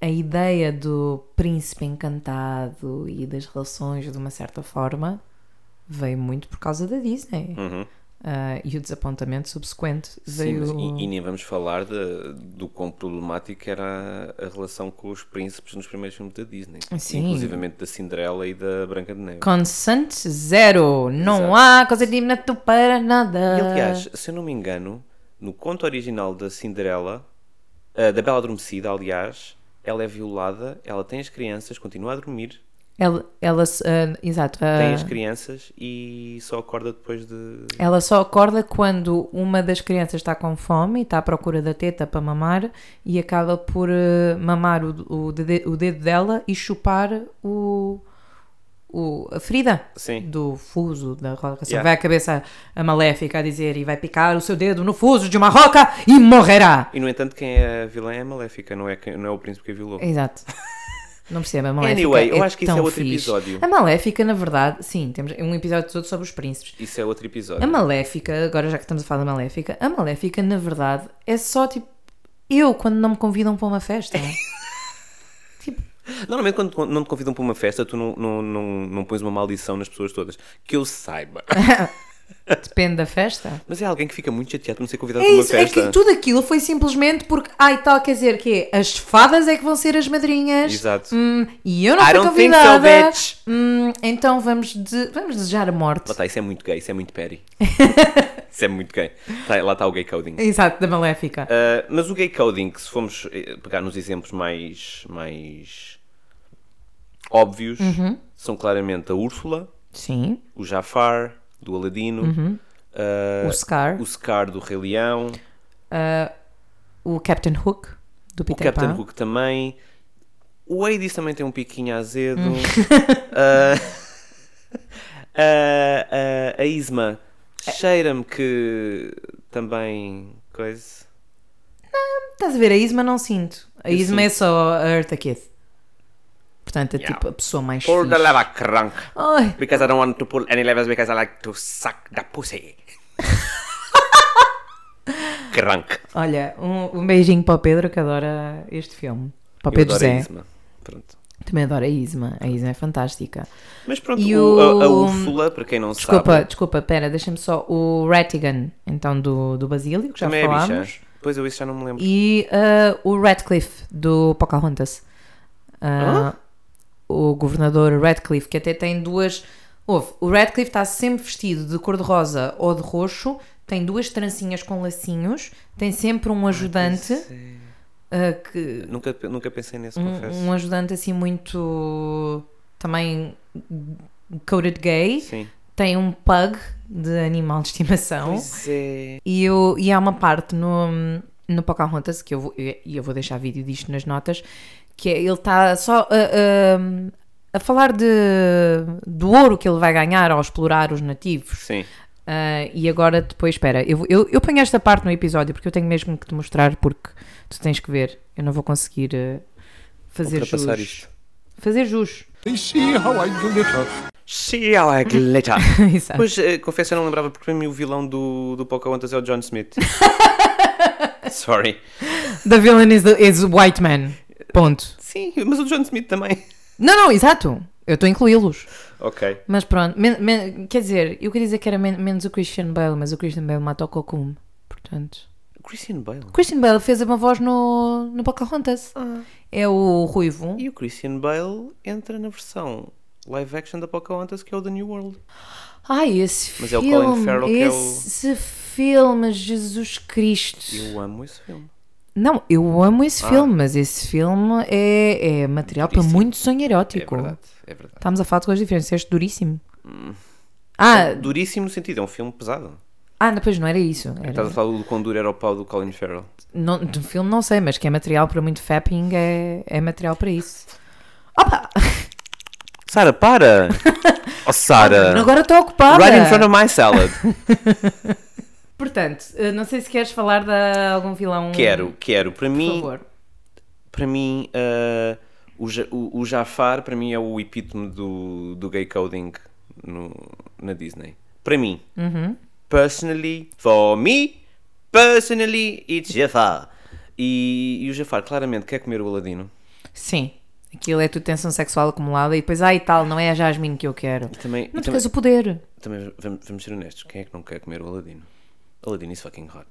[SPEAKER 2] a ideia do príncipe encantado e das relações de uma certa forma veio muito por causa da Disney.
[SPEAKER 1] Uhum.
[SPEAKER 2] Ah, e o desapontamento subsequente
[SPEAKER 1] Sim,
[SPEAKER 2] veio.
[SPEAKER 1] mas, e, e nem vamos falar de- do quão problemática era a relação com os príncipes nos primeiros filmes da Disney.
[SPEAKER 2] Sim.
[SPEAKER 1] Inclusivamente da Cinderela e da Branca de Neve.
[SPEAKER 2] Consent zero! Não
[SPEAKER 1] Exato.
[SPEAKER 2] há consentimento para nada!
[SPEAKER 1] E aliás, se eu não me engano, no conto original da Cinderela, ah, da Bela Adormecida, aliás, ela é violada, ela tem as crianças, continua a dormir,
[SPEAKER 2] Ela, ela se- ah, exato. ah,
[SPEAKER 1] tem as crianças e só acorda depois de.
[SPEAKER 2] Ela só acorda quando uma das crianças está com fome e está à procura da teta para mamar e acaba por eh, mamar o, o, dede- o dedo dela e chupar o, o- a ferida
[SPEAKER 1] Sim.
[SPEAKER 2] do fuso da roca. Assim,
[SPEAKER 1] Yeah.
[SPEAKER 2] Vai a cabeça a maléfica a dizer e vai picar o seu dedo no fuso de uma roca e morrerá.
[SPEAKER 1] E no entanto, quem é a vilã é a Maléfica, não é, quem- não é o príncipe que a violou.
[SPEAKER 2] Exato. Não percebo, a Maléfica
[SPEAKER 1] Anyway, eu
[SPEAKER 2] é
[SPEAKER 1] acho que isso
[SPEAKER 2] tão
[SPEAKER 1] é outro
[SPEAKER 2] fixe.
[SPEAKER 1] episódio.
[SPEAKER 2] A Maléfica, na verdade, sim, temos um episódio todo sobre os príncipes.
[SPEAKER 1] Isso é outro episódio.
[SPEAKER 2] A Maléfica, agora já que estamos a falar da Maléfica, a Maléfica, na verdade, é só tipo eu quando não me convidam para uma festa. é?
[SPEAKER 1] Normalmente, quando con- não te convidam para uma festa, tu não, não, não, não pões uma maldição nas pessoas todas. Que eu saiba.
[SPEAKER 2] Depende da festa.
[SPEAKER 1] Mas é alguém que fica muito chateado por não ser convidado
[SPEAKER 2] É
[SPEAKER 1] para uma
[SPEAKER 2] isso, é
[SPEAKER 1] festa.
[SPEAKER 2] que tudo aquilo foi simplesmente porque, ai tal, quer dizer que é, as fadas é que vão ser as madrinhas.
[SPEAKER 1] Exato.
[SPEAKER 2] Hum, e eu não
[SPEAKER 1] I
[SPEAKER 2] fui
[SPEAKER 1] don't think so,
[SPEAKER 2] convidada.
[SPEAKER 1] bitch.
[SPEAKER 2] Hum, então vamos, de- vamos desejar a
[SPEAKER 1] Lá
[SPEAKER 2] morte.
[SPEAKER 1] está, isso é muito gay, isso é muito petty. isso é muito gay. Tá, lá está o gay coding.
[SPEAKER 2] Exato, da Maléfica.
[SPEAKER 1] Ah, mas o gay coding, se formos eh, pegar nos exemplos mais, mais óbvios,
[SPEAKER 2] Uhum.
[SPEAKER 1] são claramente a Úrsula,
[SPEAKER 2] Sim,
[SPEAKER 1] o Jafar, do Aladino, ah,
[SPEAKER 2] Uhum. o Scar,
[SPEAKER 1] o Scar do Rei Leão,
[SPEAKER 2] o, Captain Hook, do
[SPEAKER 1] o
[SPEAKER 2] Peter
[SPEAKER 1] Captain
[SPEAKER 2] Pan.
[SPEAKER 1] Hook também. O Hades também tem um piquinho azedo.
[SPEAKER 2] Hum.
[SPEAKER 1] Ah, ah, ah, a Isma
[SPEAKER 2] É.
[SPEAKER 1] cheira-me que também coisa.
[SPEAKER 2] Estás a ver, a Isma não sinto. A
[SPEAKER 1] Eu
[SPEAKER 2] Isma é só a Eartha Kitt. Portanto, é
[SPEAKER 1] Yeah.
[SPEAKER 2] tipo a pessoa mais
[SPEAKER 1] Pull the
[SPEAKER 2] fixe.
[SPEAKER 1] lever, crunk.
[SPEAKER 2] Ai,
[SPEAKER 1] Because I don't want to pull any levers because I like to suck the pussy. crunk.
[SPEAKER 2] olha, um, um beijinho para o Pedro que adora este filme. Para o
[SPEAKER 1] Eu
[SPEAKER 2] Pedro
[SPEAKER 1] adoro a
[SPEAKER 2] José.
[SPEAKER 1] Isma. Pronto.
[SPEAKER 2] Também adora a Isma. A Isma é fantástica.
[SPEAKER 1] Mas pronto,
[SPEAKER 2] E
[SPEAKER 1] o- a, a
[SPEAKER 2] o-
[SPEAKER 1] Úrsula, para quem não
[SPEAKER 2] Desculpa,
[SPEAKER 1] sabe,
[SPEAKER 2] desculpa, pera, deixa-me só o Rattigan, então do, do Basílio, que já
[SPEAKER 1] também
[SPEAKER 2] falámos.
[SPEAKER 1] é bicha. Pois eu isso já não me lembro.
[SPEAKER 2] E ah, o Radcliffe, do Pocahontas. Ah, O governador Radcliffe, que até tem duas. Houve, o Radcliffe está sempre vestido de cor-de-rosa ou de roxo, tem duas trancinhas com lacinhos, tem sempre um ajudante. ah, que,
[SPEAKER 1] Nunca, nunca pensei nisso, confesso.
[SPEAKER 2] um, um ajudante assim muito. também coded gay.
[SPEAKER 1] Sim.
[SPEAKER 2] Tem um pug de animal de estimação.
[SPEAKER 1] Pois é.
[SPEAKER 2] E, eu, e há uma parte no, no Pocahontas, que eu vou, e eu vou deixar vídeo disto nas notas, que é, ele está só a, a, a falar de, do ouro que ele vai ganhar ao explorar os nativos.
[SPEAKER 1] Sim.
[SPEAKER 2] Ah, e agora depois, espera, eu, vou- eu, eu ponho esta parte no episódio porque eu tenho mesmo que te mostrar porque tu tens que ver. Eu não vou conseguir ah, fazer jus.
[SPEAKER 1] Ultrapassar isto.
[SPEAKER 2] Fazer jus.
[SPEAKER 3] They see how I glitter.
[SPEAKER 1] See how I glitter.
[SPEAKER 2] Exato.
[SPEAKER 1] Pois, eh, confesso, eu não lembrava porque para mim o vilão do, do Pocahontas é o John Smith. Sorry.
[SPEAKER 2] The villain is, the, is white man. Ponto.
[SPEAKER 1] Sim, mas o John Smith também.
[SPEAKER 2] Não, não, exato. Eu estou a incluí-los.
[SPEAKER 1] Ok.
[SPEAKER 2] Mas pronto, men- men- quer dizer, eu queria dizer que era men- menos o Christian Bale, mas o Christian Bale mata o Cocum. Portanto.
[SPEAKER 1] Christian Bale.
[SPEAKER 2] O Christian Bale fez uma voz no, no Pocahontas. É o Ruivo.
[SPEAKER 1] E o Christian Bale entra na versão live action da Pocahontas que é o The New World.
[SPEAKER 2] Ai, esse
[SPEAKER 1] Mas é o
[SPEAKER 2] filme.
[SPEAKER 1] Colin Farrell que é o-
[SPEAKER 2] esse filme, Jesus Cristo.
[SPEAKER 1] Eu amo esse filme.
[SPEAKER 2] Não, eu amo esse
[SPEAKER 1] Ah.
[SPEAKER 2] filme, mas esse filme é, é material para
[SPEAKER 1] Duríssimo.
[SPEAKER 2] muito sonho
[SPEAKER 1] É
[SPEAKER 2] erótico.
[SPEAKER 1] verdade, Hum. é verdade.
[SPEAKER 2] Estamos a falar de coisas diferentes, este duríssimo. Ah,
[SPEAKER 1] Duríssimo no sentido, é um filme pesado.
[SPEAKER 2] ah, depois não era isso. Era...
[SPEAKER 1] Estás a falar do quão duro era o pau do Colin Farrell.
[SPEAKER 2] Não, do filme não sei, mas que é material para muito fapping é, é material para isso. Opa!
[SPEAKER 1] Sara, para! oh, Sara!
[SPEAKER 2] Agora estou ocupada!
[SPEAKER 1] Right in front of my salad.
[SPEAKER 2] Portanto, eh, não sei se queres falar de algum vilão.
[SPEAKER 1] quero, quero. Para
[SPEAKER 2] Hum. Por
[SPEAKER 1] mim,
[SPEAKER 2] favor.
[SPEAKER 1] para mim ah, o, Ja- o, o Jafar para mim é o epítome do, do gay coding no, na Disney. Para mim.
[SPEAKER 2] Uhum.
[SPEAKER 1] Personally, for me, personally, it's Jafar. E, e o Jafar claramente quer comer o Aladino.
[SPEAKER 2] Sim. Aquilo é tudo tensão sexual acumulada e depois, ai tal, não é a Jasmine que eu quero.
[SPEAKER 1] E também,
[SPEAKER 2] Não
[SPEAKER 1] e
[SPEAKER 2] tu
[SPEAKER 1] também,
[SPEAKER 2] queres o poder.
[SPEAKER 1] também vamos, vamos ser honestos, quem é que não quer comer o Aladino? Aladino is fucking hot.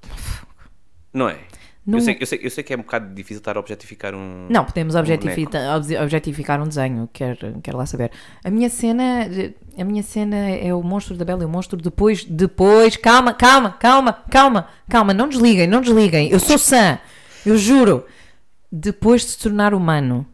[SPEAKER 1] Não é?
[SPEAKER 2] Não.
[SPEAKER 1] Eu, sei, eu, sei, eu sei que é um bocado difícil estar a objetificar um.
[SPEAKER 2] Não, podemos
[SPEAKER 1] boneco.
[SPEAKER 2] objetificar, objetificar um desenho, quero, quero lá saber. A minha cena, a minha cena é o monstro da Bela e o monstro depois, depois, calma, calma, calma, calma, calma, não desliguem, não desliguem, eu sou sã, eu juro. Depois de se tornar humano,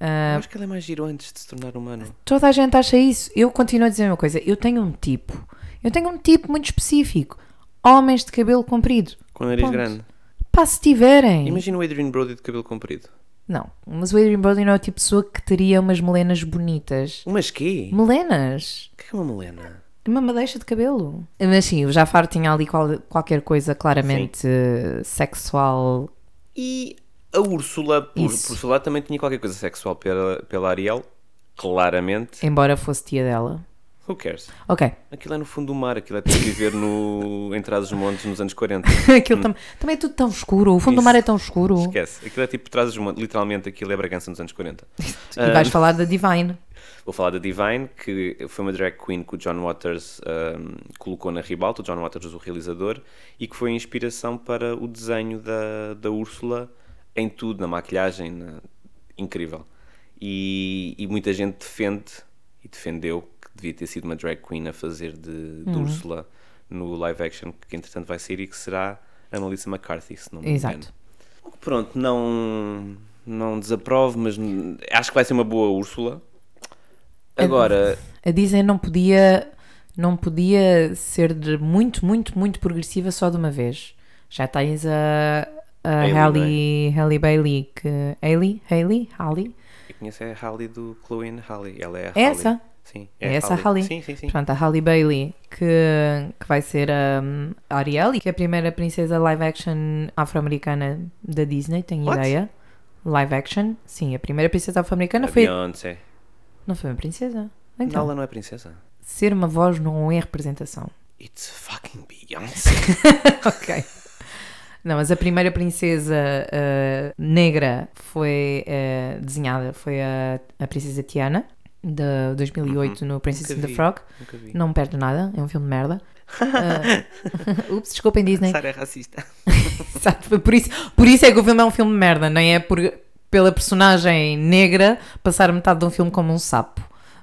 [SPEAKER 2] ah,
[SPEAKER 1] Eu acho que ele é mais giro antes de se tornar humano.
[SPEAKER 2] toda a gente acha isso. Eu continuo a dizer a mesma coisa, eu tenho um tipo, eu tenho um tipo muito específico, homens de cabelo comprido.
[SPEAKER 1] Com o nariz
[SPEAKER 2] Ponto.
[SPEAKER 1] grande.
[SPEAKER 2] Pá, se tiverem.
[SPEAKER 1] Imagina o Adrian Brody de cabelo comprido.
[SPEAKER 2] Não, mas o Adrian Brody não é o tipo de pessoa que teria umas melenas bonitas.
[SPEAKER 1] Mas quê?
[SPEAKER 2] Melenas?
[SPEAKER 1] O que é que é uma melena?
[SPEAKER 2] Uma madeixa de cabelo. Mas sim, o Jafar tinha ali qual- qualquer coisa claramente eh, sexual.
[SPEAKER 1] E a Úrsula, por,
[SPEAKER 2] Isso.
[SPEAKER 1] por seu lado, também tinha qualquer coisa sexual pela, pela Ariel. Claramente.
[SPEAKER 2] Embora fosse tia dela.
[SPEAKER 1] Who cares?
[SPEAKER 2] Ok.
[SPEAKER 1] Aquilo é no fundo do mar, aquilo é para viver no... em trás dos montes nos anos 40.
[SPEAKER 2] Aquilo tam- também é tudo tão escuro. O fundo do
[SPEAKER 1] Isso.
[SPEAKER 2] mar é tão escuro.
[SPEAKER 1] Hum. Esquece. Aquilo é tipo trás dos montes. Literalmente aquilo é Bragança nos anos 40.
[SPEAKER 2] E
[SPEAKER 1] Ah.
[SPEAKER 2] vais falar da Divine.
[SPEAKER 1] Vou falar da Divine, que foi uma drag queen que o John Waters ahm, colocou na ribalta, o John Waters, o realizador, e que foi a inspiração para o desenho da, da Úrsula em tudo, na maquilhagem, na- incrível. E, e muita gente defende, e defendeu, que devia ter sido uma drag queen a fazer de, de Úrsula no live action, que entretanto vai sair e que será a Melissa McCarthy, se não me engano.
[SPEAKER 2] Exato.
[SPEAKER 1] Pronto, não, não desaprovo, mas n- acho que vai ser uma boa Úrsula.
[SPEAKER 2] É
[SPEAKER 1] Agora,
[SPEAKER 2] A Disney não podia, não podia ser de muito, muito, muito progressiva só de uma vez. Já tens a, a
[SPEAKER 1] Hailey
[SPEAKER 2] Halle, Halle Bailey. Que, Hailey? Hailey? Halle?
[SPEAKER 1] eu conheço a Halle do Chloe and Halle. Ela é a Halle.
[SPEAKER 2] É essa?
[SPEAKER 1] Sim,
[SPEAKER 2] É essa a Halle.
[SPEAKER 1] Sim, sim, sim.
[SPEAKER 2] Pronto, a Halle Bailey, que, que vai ser hum, a Ariel, que é a primeira princesa live action afro-americana da Disney, tenho
[SPEAKER 1] What?
[SPEAKER 2] ideia. Live action, sim, a primeira princesa afro-americana
[SPEAKER 1] A
[SPEAKER 2] foi.
[SPEAKER 1] Beyoncé.
[SPEAKER 2] Não foi uma princesa?
[SPEAKER 1] Não,
[SPEAKER 2] Então,
[SPEAKER 1] ela não é princesa.
[SPEAKER 2] ser uma voz não é representação.
[SPEAKER 1] It's fucking Beyoncé.
[SPEAKER 2] ok. Não, mas a primeira princesa eh, negra foi eh, desenhada, foi a, a Princesa Tiana, de 2008, no Princess
[SPEAKER 1] Uhum. Nunca
[SPEAKER 2] and the
[SPEAKER 1] vi.
[SPEAKER 2] Frog.
[SPEAKER 1] Nunca vi.
[SPEAKER 2] Não perde nada, é um filme de merda. Eh, ups, desculpem, Disney.
[SPEAKER 1] Sara é racista.
[SPEAKER 2] Exato, foi por isso, por isso é que o filme é um filme de merda, não é por, pela personagem negra passar metade de um filme como um sapo.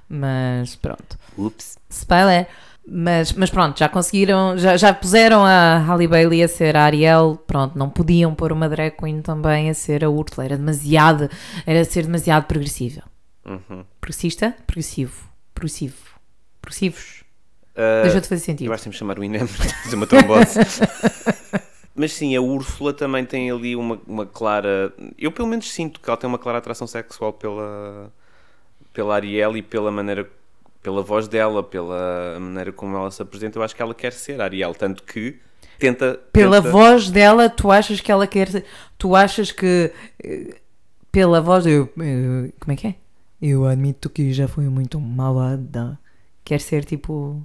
[SPEAKER 2] Mas pronto.
[SPEAKER 1] Ups.
[SPEAKER 2] Spoiler. Mas, mas pronto, já conseguiram, já, já puseram a Halle Bailey a ser a Ariel, pronto, não podiam pôr uma drag queen também a ser a Ursula, era demasiado, era ser demasiado progressiva.
[SPEAKER 1] Uhum.
[SPEAKER 2] Progressista? Progressivo. Progressivo. Progressivos.
[SPEAKER 1] Ah,
[SPEAKER 2] Deixou de fazer
[SPEAKER 1] Eu
[SPEAKER 2] sentido.
[SPEAKER 1] acho que temos de chamar o INEM para fazer uma trombose. Mas sim, a Úrsula também tem ali uma, uma clara. Eu pelo menos sinto que ela tem uma clara atração sexual pela, pela Ariel e pela maneira Pela voz dela, pela maneira como ela se apresenta, eu acho que ela quer ser Ariel, tanto que tenta.
[SPEAKER 2] Pela
[SPEAKER 1] tenta...
[SPEAKER 2] voz dela, tu achas que ela quer. ser- Tu achas que. eh, Pela voz. Eu, eu- como é que é? Eu admito que já fui muito malvada. Quer ser tipo.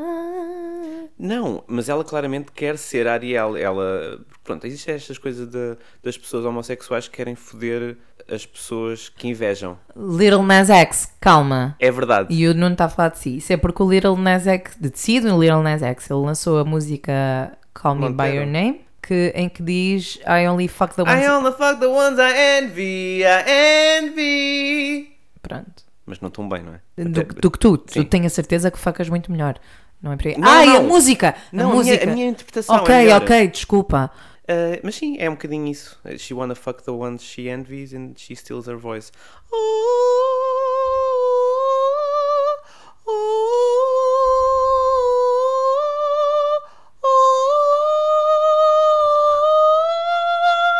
[SPEAKER 2] ah,
[SPEAKER 1] Não, mas ela claramente quer ser Ariel. Ela. Pronto, existem estas coisas de- das pessoas homossexuais que querem foder as pessoas que invejam.
[SPEAKER 2] Little Nas X, calma.
[SPEAKER 1] É verdade.
[SPEAKER 2] E o Nuno está a falar de si. Isso é porque o Little Nas X, de si, do Little Nas X, ele lançou a música Call Me By
[SPEAKER 1] Monteiro.
[SPEAKER 2] Your Name, que, em que diz I only fuck the ones.
[SPEAKER 1] only fuck the ones I envy, I envy.
[SPEAKER 2] Pronto.
[SPEAKER 1] Mas não tão bem, não é?
[SPEAKER 2] do,
[SPEAKER 1] Até-
[SPEAKER 2] do que tu.
[SPEAKER 1] Sim.
[SPEAKER 2] Tu tenho a certeza que facas muito melhor. Não é por aí.
[SPEAKER 1] Não,
[SPEAKER 2] Ai, a
[SPEAKER 1] não.
[SPEAKER 2] música!
[SPEAKER 1] Não,
[SPEAKER 2] a
[SPEAKER 1] a
[SPEAKER 2] música!
[SPEAKER 1] minha, a minha interpretação é
[SPEAKER 2] ok,
[SPEAKER 1] melhor.
[SPEAKER 2] ok, desculpa.
[SPEAKER 1] Uh, mas sim, é um bocadinho isso. She wanna fuck the ones she envies and she steals her voice.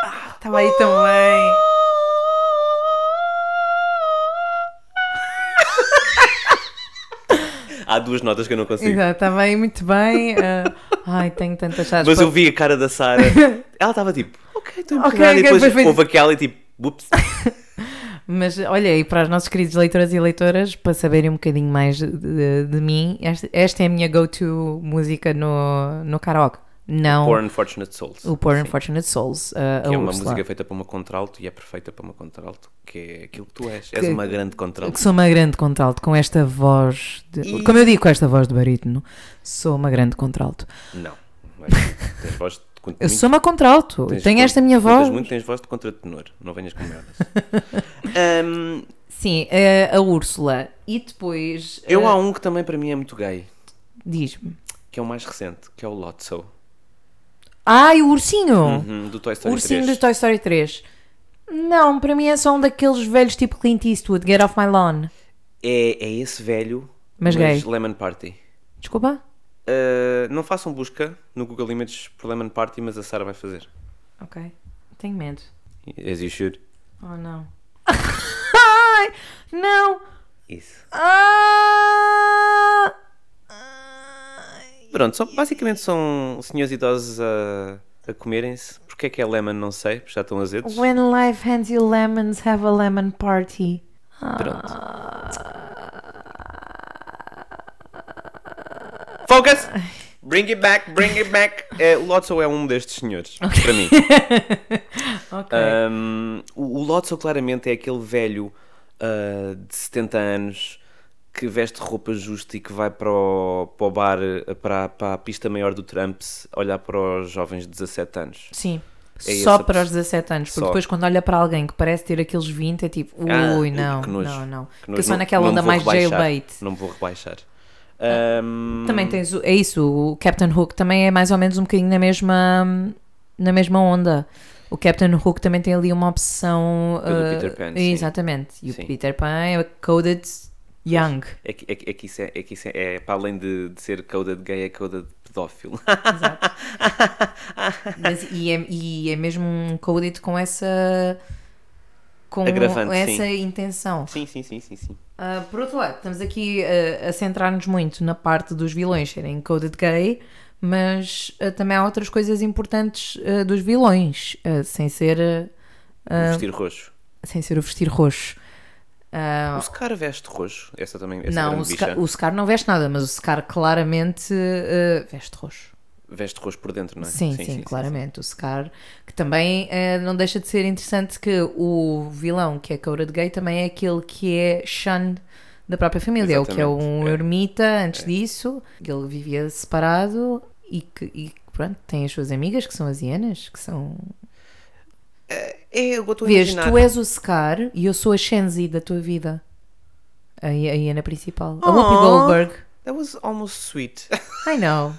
[SPEAKER 1] Ah, tá
[SPEAKER 2] Estava aí também.
[SPEAKER 1] Há duas notas que eu não consigo.
[SPEAKER 2] Exato, estava aí muito bem. ah, ai, tenho tantas chaves.
[SPEAKER 1] Mas
[SPEAKER 2] para-
[SPEAKER 1] eu vi a cara da Sara. Ela estava tipo, ok, estou
[SPEAKER 2] Ok,
[SPEAKER 1] impressionada.
[SPEAKER 2] ok,
[SPEAKER 1] e depois
[SPEAKER 2] perfeito.
[SPEAKER 1] houve aquela e tipo, ups.
[SPEAKER 2] Mas olha, e para os nossos queridos leitoras e leitoras, para saberem um bocadinho mais de, de- de mim, esta, esta é a minha go-to música no, no karaoke. Não
[SPEAKER 1] Poor Unfortunate Souls.
[SPEAKER 2] o Poor Unfortunate Souls. ah, a
[SPEAKER 1] Que é uma
[SPEAKER 2] Úrsula.
[SPEAKER 1] música feita para uma contralto e é perfeita para uma contralto, que é aquilo que tu és. És
[SPEAKER 2] Que-
[SPEAKER 1] uma grande contralto.
[SPEAKER 2] Que sou uma grande contralto com esta voz. de-
[SPEAKER 1] E-
[SPEAKER 2] Como eu digo, com esta voz de barítono, sou uma grande contralto.
[SPEAKER 1] Não. Mas tens voz de muito-
[SPEAKER 2] Eu sou uma contralto. Eu
[SPEAKER 1] tens
[SPEAKER 2] tenho
[SPEAKER 1] voz-
[SPEAKER 2] esta minha
[SPEAKER 1] cantas
[SPEAKER 2] voz.
[SPEAKER 1] muito, tens voz de contratenor. Não venhas com merdas. Ahm,
[SPEAKER 2] Sim, a, a Úrsula. E depois.
[SPEAKER 1] eu
[SPEAKER 2] ah,
[SPEAKER 1] há um que também para mim é muito gay,
[SPEAKER 2] Diz-me.
[SPEAKER 1] que é o mais recente, que é o Lotso,
[SPEAKER 2] Ai, o ursinho!
[SPEAKER 1] uhum, do Toy
[SPEAKER 2] o
[SPEAKER 1] Story
[SPEAKER 2] ursinho
[SPEAKER 1] 3.
[SPEAKER 2] do Toy Story 3. Não, para mim é só um daqueles velhos tipo Clint Eastwood, Get Off My Lawn.
[SPEAKER 1] É, é esse velho,
[SPEAKER 2] Mas gay.
[SPEAKER 1] Lemon Party.
[SPEAKER 2] Desculpa?
[SPEAKER 1] Uh, não façam busca no Google Images por Lemon Party, mas a Sara vai fazer.
[SPEAKER 2] Ok. Tenho medo.
[SPEAKER 1] As you should.
[SPEAKER 2] Oh, não. Ai! Não!
[SPEAKER 1] Isso.
[SPEAKER 2] Ah! Ai.
[SPEAKER 1] Pronto, só, basicamente são senhores idosos a, a comerem-se. Porquê é que é lemon, não sei, porque já estão azedos.
[SPEAKER 2] When life hands you lemons, have a lemon party.
[SPEAKER 1] Pronto. Focus! Bring it back, bring it back. É, o Lotso é um destes senhores, para mim.
[SPEAKER 2] Ok.
[SPEAKER 1] Um, o o Lotso claramente é aquele velho uh, de 70 anos que veste roupa justa e que vai para o, para o bar, uh, para, para a pista maior do Trumps, olhar para os jovens de 17 anos.
[SPEAKER 2] Sim.
[SPEAKER 1] É esse
[SPEAKER 2] só
[SPEAKER 1] a
[SPEAKER 2] para
[SPEAKER 1] pessoa-
[SPEAKER 2] os 17 anos, porque
[SPEAKER 1] Só.
[SPEAKER 2] depois quando olha para alguém que parece ter aqueles 20, é tipo, ui,
[SPEAKER 1] Ah, ui,
[SPEAKER 2] não,
[SPEAKER 1] que nojo,
[SPEAKER 2] não, não.
[SPEAKER 1] que
[SPEAKER 2] Porque
[SPEAKER 1] nojo,
[SPEAKER 2] só
[SPEAKER 1] não-
[SPEAKER 2] naquela
[SPEAKER 1] não
[SPEAKER 2] onda
[SPEAKER 1] vou
[SPEAKER 2] mais
[SPEAKER 1] rebaixar,
[SPEAKER 2] jailbait.
[SPEAKER 1] Não me vou rebaixar. Um,
[SPEAKER 2] Ah, Também tens, o- é isso, o Captain Hook também é mais ou menos um bocadinho na mesma, na mesma onda. O Captain Hook também tem ali uma obsessão...
[SPEAKER 1] Pelo
[SPEAKER 2] ah,
[SPEAKER 1] Peter Pan, sim.
[SPEAKER 2] Exatamente. E o
[SPEAKER 1] Sim.
[SPEAKER 2] Peter Pan é coded young.
[SPEAKER 1] É que, é, que- é que isso, é, é que isso é, é para além de, de ser coda de gay, é coda de pedófilo.
[SPEAKER 2] Mas- e, é, e é mesmo um coded com essa... Com
[SPEAKER 1] Agravante,
[SPEAKER 2] essa
[SPEAKER 1] sim.
[SPEAKER 2] intenção.
[SPEAKER 1] sim, sim, sim, sim, sim.
[SPEAKER 2] Ah, por outro lado, estamos aqui ah, a centrar-nos muito na parte dos vilões serem coded gay, mas ah, também há outras coisas importantes ah, dos vilões, ah, sem, ser,
[SPEAKER 1] O Um vestir roxo.
[SPEAKER 2] ah, sem ser o vestir roxo. Ah,
[SPEAKER 1] O Scar veste roxo. Essa também essa
[SPEAKER 2] não,
[SPEAKER 1] grande
[SPEAKER 2] o Scar,
[SPEAKER 1] bicha.
[SPEAKER 2] o Scar não veste nada, mas o Scar claramente ah, veste roxo.
[SPEAKER 1] Veste roxo por dentro, não é?
[SPEAKER 2] Sim, sim, claramente. O Scar, que também eh, não deixa de ser interessante que o vilão que é Caura de Gay também é aquele que é Shun da própria família, é o que é um
[SPEAKER 1] Exatamente, é.
[SPEAKER 2] ermita antes disso, que ele vivia separado e que e, pronto, tem as suas amigas que são as hienas, que são.
[SPEAKER 1] É, eu estou a
[SPEAKER 2] Vês,
[SPEAKER 1] imaginar.
[SPEAKER 2] tu és o Scar e eu sou a Shenzi da tua vida. A, a hiena principal. A
[SPEAKER 1] Oh.
[SPEAKER 2] Whoopi
[SPEAKER 1] É
[SPEAKER 2] Goldberg.
[SPEAKER 1] That was almost sweet.
[SPEAKER 2] I know.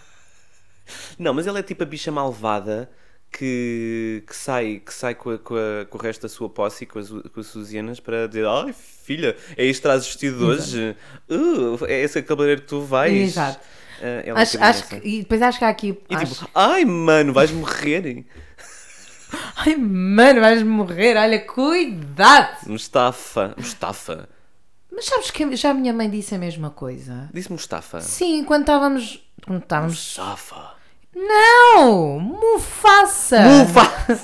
[SPEAKER 1] não, mas ela é tipo a bicha malvada que, que sai, que sai com, a- com a- com o resto da sua posse, com as, com as Suzianas, para dizer: Ai, filha, é isto que traz vestido hoje? Uh, é esse cabeleireiro que tu vais?
[SPEAKER 2] Exato.
[SPEAKER 1] Ah, ela é um
[SPEAKER 2] Acho,
[SPEAKER 1] bocadinho
[SPEAKER 2] acho
[SPEAKER 1] essa.
[SPEAKER 2] que, e depois acho que há aqui.
[SPEAKER 1] E
[SPEAKER 2] acho-
[SPEAKER 1] tipo, ai mano, vais morrer.
[SPEAKER 2] Ai, mano, vais morrer, olha, cuidado!
[SPEAKER 1] Mustafa. Mustafa.
[SPEAKER 2] Mas sabes que já a minha mãe disse a mesma coisa?
[SPEAKER 1] Disse Mustafa.
[SPEAKER 2] Sim, quando estávamos. Quando estávamos.
[SPEAKER 1] Mustafa.
[SPEAKER 2] Não! Mufasa!
[SPEAKER 1] Mufa!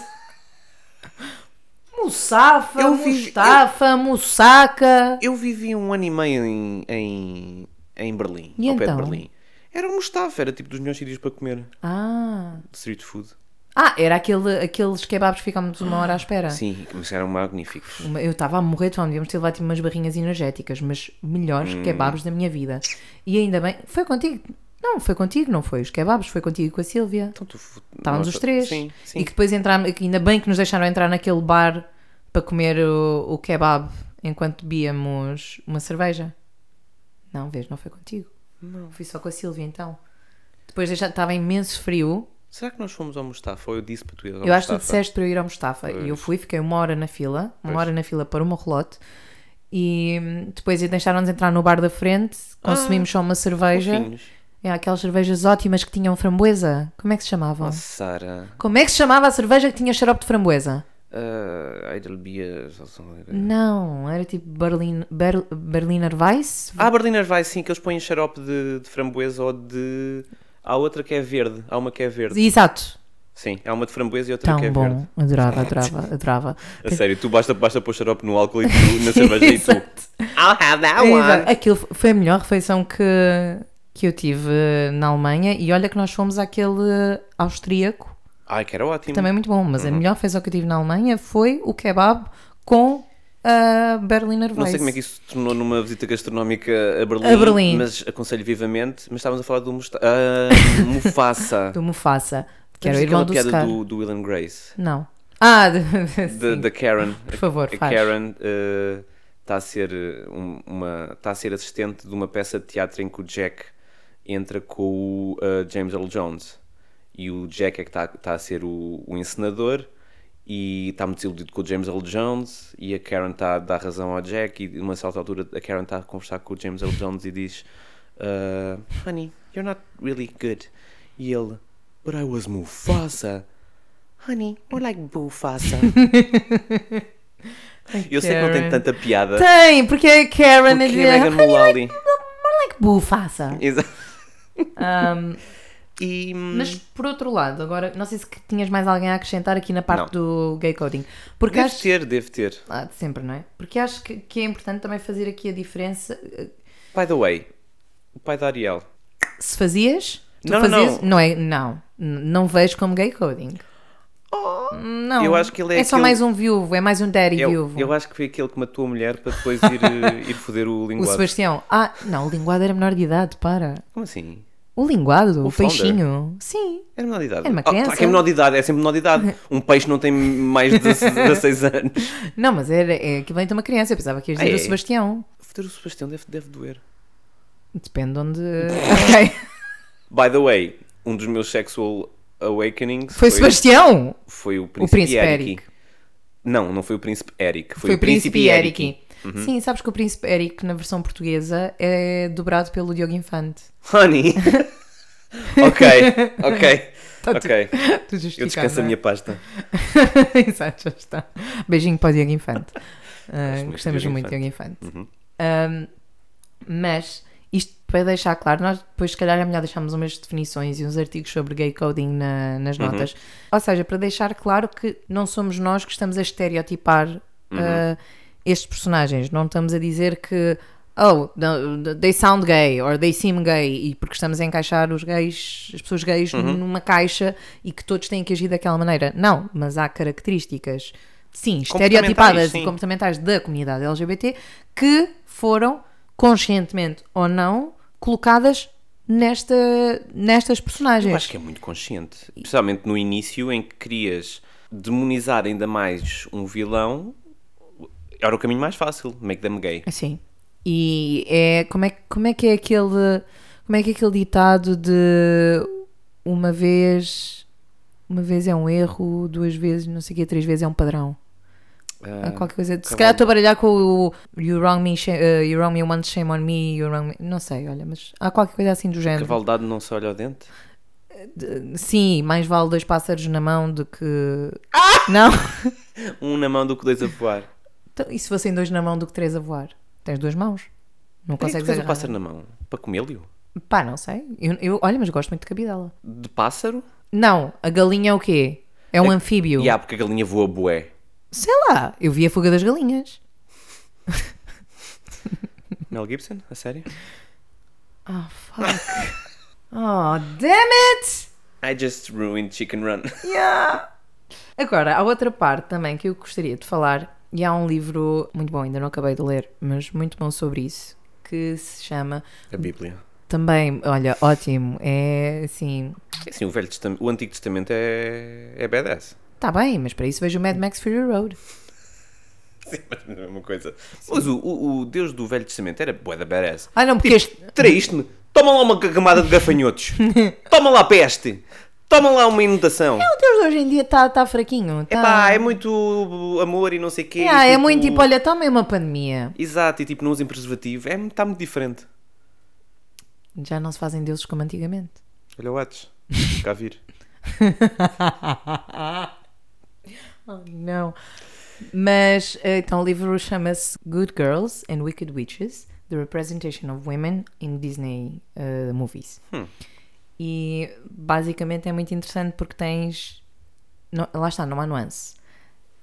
[SPEAKER 2] Musafa,
[SPEAKER 1] Eu vi-
[SPEAKER 2] Mustafa, Musaka.
[SPEAKER 1] Eu vivi um ano e meio em, em, em Berlim,
[SPEAKER 2] E
[SPEAKER 1] ao pé de
[SPEAKER 2] então?
[SPEAKER 1] Berlim. Era o Mustafa, era tipo dos melhores sítios para comer
[SPEAKER 2] Ah.
[SPEAKER 1] street food.
[SPEAKER 2] Ah, era aquele, aqueles kebabs que ficámos uma hora à espera.
[SPEAKER 1] Sim, mas eram magníficos.
[SPEAKER 2] Uma- Eu estava a morrer de fome, devíamos ter levado tipo, umas barrinhas energéticas, mas melhores
[SPEAKER 1] Hum.
[SPEAKER 2] kebabs da minha vida. E ainda bem, foi contigo? Não, foi contigo, não foi? Os kebabs, foi contigo e com a Silvia.
[SPEAKER 1] Então, tu,
[SPEAKER 2] Estávamos
[SPEAKER 1] nós-
[SPEAKER 2] os três.
[SPEAKER 1] Sim, sim.
[SPEAKER 2] E que depois entramos, que ainda bem que nos deixaram entrar naquele bar para comer o, o kebab enquanto bebíamos uma cerveja. Não, vês, não foi contigo. Não. Fui só com a Silvia então. Depois deixa- estava imenso frio.
[SPEAKER 1] Será que nós fomos ao Mustafa? Ou eu disse para tu ir ao
[SPEAKER 2] eu acho que tu
[SPEAKER 1] Mustafa?
[SPEAKER 2] disseste para eu ir ao Mustafa. E eu fui, fiquei uma hora na fila, uma
[SPEAKER 1] Pois.
[SPEAKER 2] hora na fila para uma relote. E hum, depois deixaram-nos entrar no bar da frente, consumimos
[SPEAKER 1] Ah,
[SPEAKER 2] só uma cerveja.
[SPEAKER 1] Fofinhos.
[SPEAKER 2] É, aquelas cervejas ótimas que tinham framboesa. Como é que se chamavam?
[SPEAKER 1] Sara.
[SPEAKER 2] Como é que se chamava a cerveja que tinha xarope de framboesa?
[SPEAKER 1] Uh, Idlebeer. É.
[SPEAKER 2] Não, era tipo Berlin, Ber- Berliner Weiss.
[SPEAKER 1] Há Berliner Weiss, sim, que eles põem xarope de, de framboesa ou de. Há outra que é verde. Há uma que é verde.
[SPEAKER 2] Exato.
[SPEAKER 1] Sim, há uma de framboesa e outra
[SPEAKER 2] Tão
[SPEAKER 1] que é verde.
[SPEAKER 2] bom. É Adorava, adorava, adorava.
[SPEAKER 1] A sério, tu basta, basta pôr xarope no álcool e tu, na cerveja e tu.
[SPEAKER 2] Exato.
[SPEAKER 1] I'll have that
[SPEAKER 2] Exato.
[SPEAKER 1] one.
[SPEAKER 2] Aquilo foi a melhor refeição que, que eu tive eh, na Alemanha. E olha que nós fomos àquele austríaco,
[SPEAKER 1] Ai, que era ótimo.
[SPEAKER 2] também é muito bom.
[SPEAKER 1] Uhum.
[SPEAKER 2] Mas a melhor refeição que eu tive na Alemanha foi o kebab com a Berliner Weiss.
[SPEAKER 1] Não sei como é que isso se tornou numa visita gastronómica a Berlim,
[SPEAKER 2] A Berlim.
[SPEAKER 1] mas aconselho vivamente. Mas estávamos a falar do Musta ah, Mufasa.
[SPEAKER 2] Do Mufasa, que era
[SPEAKER 1] Temos
[SPEAKER 2] o irmão
[SPEAKER 1] aquela piada
[SPEAKER 2] do Scar.
[SPEAKER 1] do, do Will and Grace,
[SPEAKER 2] Não. Ah, de- de-
[SPEAKER 1] da-
[SPEAKER 2] sim.
[SPEAKER 1] da Karen.
[SPEAKER 2] por favor,
[SPEAKER 1] A
[SPEAKER 2] faz.
[SPEAKER 1] Karen está a ser eh, um- uma está a ser assistente de uma peça de teatro em que o Jack entra com o eh, James Earl Jones e o Jack é que está a ser o, o encenador e está muito desiludido com o James Earl Jones e a Karen está a dar razão ao Jack e numa certa altura a Karen está a conversar com o James Earl Jones e diz eh, Honey, you're not really good e ele But I was Mufasa Honey, more like Bufasa eu sei que não tem
[SPEAKER 2] Karen. Tá,
[SPEAKER 1] tanta piada.
[SPEAKER 2] Tem, porque a Karen
[SPEAKER 1] Porque
[SPEAKER 2] é de-
[SPEAKER 1] é Megan Mullally.
[SPEAKER 2] More like bufaça.
[SPEAKER 1] Exato. E, hum,
[SPEAKER 2] Mas por outro lado, agora não sei se que tinhas mais alguém a acrescentar aqui na parte do gay coding. Porque
[SPEAKER 1] deve
[SPEAKER 2] acho
[SPEAKER 1] ter, deve ter.
[SPEAKER 2] Ah, de sempre, não é? Porque acho que, que é importante também fazer aqui a diferença. eh,
[SPEAKER 1] By the way, o pai da Ariel.
[SPEAKER 2] Se fazias, tu
[SPEAKER 1] Não, não,
[SPEAKER 2] fazias.
[SPEAKER 1] não.
[SPEAKER 2] é? Não. N- Não vejo como gay coding. não.
[SPEAKER 1] Oh! Eu acho que ele é
[SPEAKER 2] só
[SPEAKER 1] aquele-
[SPEAKER 2] mais um viúvo, é mais um daddy
[SPEAKER 1] Eu,
[SPEAKER 2] viúvo.
[SPEAKER 1] eu acho que foi aquele que matou a mulher para depois ir, eh, ir foder o
[SPEAKER 2] O
[SPEAKER 1] linguado.
[SPEAKER 2] Sebastião. Ah, não, o linguado era menor de idade, para.
[SPEAKER 1] Como assim?
[SPEAKER 2] O linguado, o,
[SPEAKER 1] founder.
[SPEAKER 2] peixinho. Sim.
[SPEAKER 1] Era menor de idade.
[SPEAKER 2] Era uma
[SPEAKER 1] Ah, claro
[SPEAKER 2] criança.
[SPEAKER 1] que é menor de idade, é sempre menor de idade. Um peixe não tem mais de 16 anos.
[SPEAKER 2] Não, mas era, é aquilo ainda é uma criança. Eu pensava que ias
[SPEAKER 1] Ah,
[SPEAKER 2] dizer
[SPEAKER 1] é?
[SPEAKER 2] o Sebastião.
[SPEAKER 1] Foder o Sebastião deve, deve doer.
[SPEAKER 2] Depende onde. Ok.
[SPEAKER 1] By the way, um dos meus sexual awakenings
[SPEAKER 2] Foi Sebastião!
[SPEAKER 1] foi o
[SPEAKER 2] O
[SPEAKER 1] príncipe,
[SPEAKER 2] príncipe
[SPEAKER 1] Eric.
[SPEAKER 2] Eric.
[SPEAKER 1] Não, não foi o príncipe Eric. Foi,
[SPEAKER 2] Foi
[SPEAKER 1] o príncipe, Eric. Uhum.
[SPEAKER 2] Sim, sabes que o príncipe Eric na versão portuguesa é dobrado pelo Diogo Infante.
[SPEAKER 1] Honey. ok, ok.
[SPEAKER 2] Tá tudo-
[SPEAKER 1] ok.
[SPEAKER 2] Tu
[SPEAKER 1] Eu
[SPEAKER 2] justificado,
[SPEAKER 1] descanso a
[SPEAKER 2] não é?
[SPEAKER 1] minha pasta.
[SPEAKER 2] Exato, já está. Beijinho para o Diogo Infante. Ah,
[SPEAKER 1] muito do
[SPEAKER 2] gostamos
[SPEAKER 1] Diogo Uhum.
[SPEAKER 2] muito do Diogo Infante. Ahm, mas, isto para deixar claro, nós depois, se calhar, é melhor deixarmos umas definições e uns artigos sobre gay coding na- nas notas. Ou seja, para deixar claro que não somos nós que estamos a estereotipar ah, estes personagens. Não estamos a dizer que. Oh, no- they sound gay or they seem gay, e porque estamos a encaixar os gays, as pessoas gays numa caixa e que todos têm que agir daquela maneira. Não, mas há características, sim, estereotipadas
[SPEAKER 1] sim.
[SPEAKER 2] e comportamentais da comunidade LGBT que foram, conscientemente ou não, colocadas nesta, nestas personagens.
[SPEAKER 1] Eu acho que é muito consciente. Principalmente no início, em que querias demonizar ainda mais um vilão, era o caminho mais fácil. Make them gay.
[SPEAKER 2] Sim. E é como é, que- como é que é aquele como é que é aquele ditado de uma vez uma vez é um erro, duas vezes, não sei o quê, três vezes é um padrão.
[SPEAKER 1] Ah,
[SPEAKER 2] Qualquer coisa. Se
[SPEAKER 1] tá
[SPEAKER 2] calhar
[SPEAKER 1] bom.
[SPEAKER 2] estou a baralhar com o You wrong me, shame, eh, you wrong me once, shame on me, you wrong me. Não sei, olha, mas há qualquer coisa assim do género.
[SPEAKER 1] Cavalo dado não se olha ao dente.
[SPEAKER 2] Sim, mais vale dois pássaros na mão do que.
[SPEAKER 1] Ah!
[SPEAKER 2] Não?
[SPEAKER 1] Um na mão do que dois a voar.
[SPEAKER 2] Então, e se fossem dois na mão do que três a voar? Tens duas mãos. Não
[SPEAKER 1] Peraí, tu
[SPEAKER 2] consegues
[SPEAKER 1] tens é o
[SPEAKER 2] agarrar.
[SPEAKER 1] pássaro na mão? Para comê-lo?
[SPEAKER 2] Pá, não sei. Eu, eu- olha, mas gosto muito de cabidela.
[SPEAKER 1] De pássaro?
[SPEAKER 2] Não, a galinha é o quê? É um
[SPEAKER 1] A-
[SPEAKER 2] anfíbio.
[SPEAKER 1] E há, porque a galinha voa bué.
[SPEAKER 2] Sei lá, eu vi a fuga das galinhas.
[SPEAKER 1] Mel Gibson? A sério? Ah,
[SPEAKER 2] Oh, fuck. oh, damn it!
[SPEAKER 1] I just ruined Chicken Run.
[SPEAKER 2] Yeah. Agora, há outra parte também que eu gostaria de falar, e há um livro muito bom, ainda não acabei de ler, mas muito bom sobre isso, que se chama
[SPEAKER 1] A Bíblia.
[SPEAKER 2] também, olha, ótimo, é assim,
[SPEAKER 1] É Assim, o, Velho Testam- o Antigo Testamento é, é badass.
[SPEAKER 2] tá bem, mas para isso vejo o Mad Max Fury Road.
[SPEAKER 1] Sim, mas não é uma coisa. Mas o, o, o Deus do Velho Testamento era bué da badass.
[SPEAKER 2] Ah não, porque
[SPEAKER 1] Tipo-
[SPEAKER 2] este...
[SPEAKER 1] Traíste-me. Toma lá uma camada de gafanhotos. Toma lá peste. Toma lá uma inundação.
[SPEAKER 2] O Deus de hoje em dia está tá fraquinho. Tá...
[SPEAKER 1] Epá, é muito amor e não sei o quê.
[SPEAKER 2] É, ah, é
[SPEAKER 1] tipo-
[SPEAKER 2] muito tipo, olha, toma aí uma pandemia.
[SPEAKER 1] Exato, e tipo, não usem preservativo. É, está muito diferente.
[SPEAKER 2] Já não se fazem deuses como antigamente.
[SPEAKER 1] Olha o Atos. Cá vir.
[SPEAKER 2] Oh, não. Mas eh, então o livro chama-se Good Girls and Wicked Witches: The Representation of Women in Disney eh, Movies.
[SPEAKER 1] Hum.
[SPEAKER 2] E basicamente é muito interessante porque tens. não- lá está, não há nuance.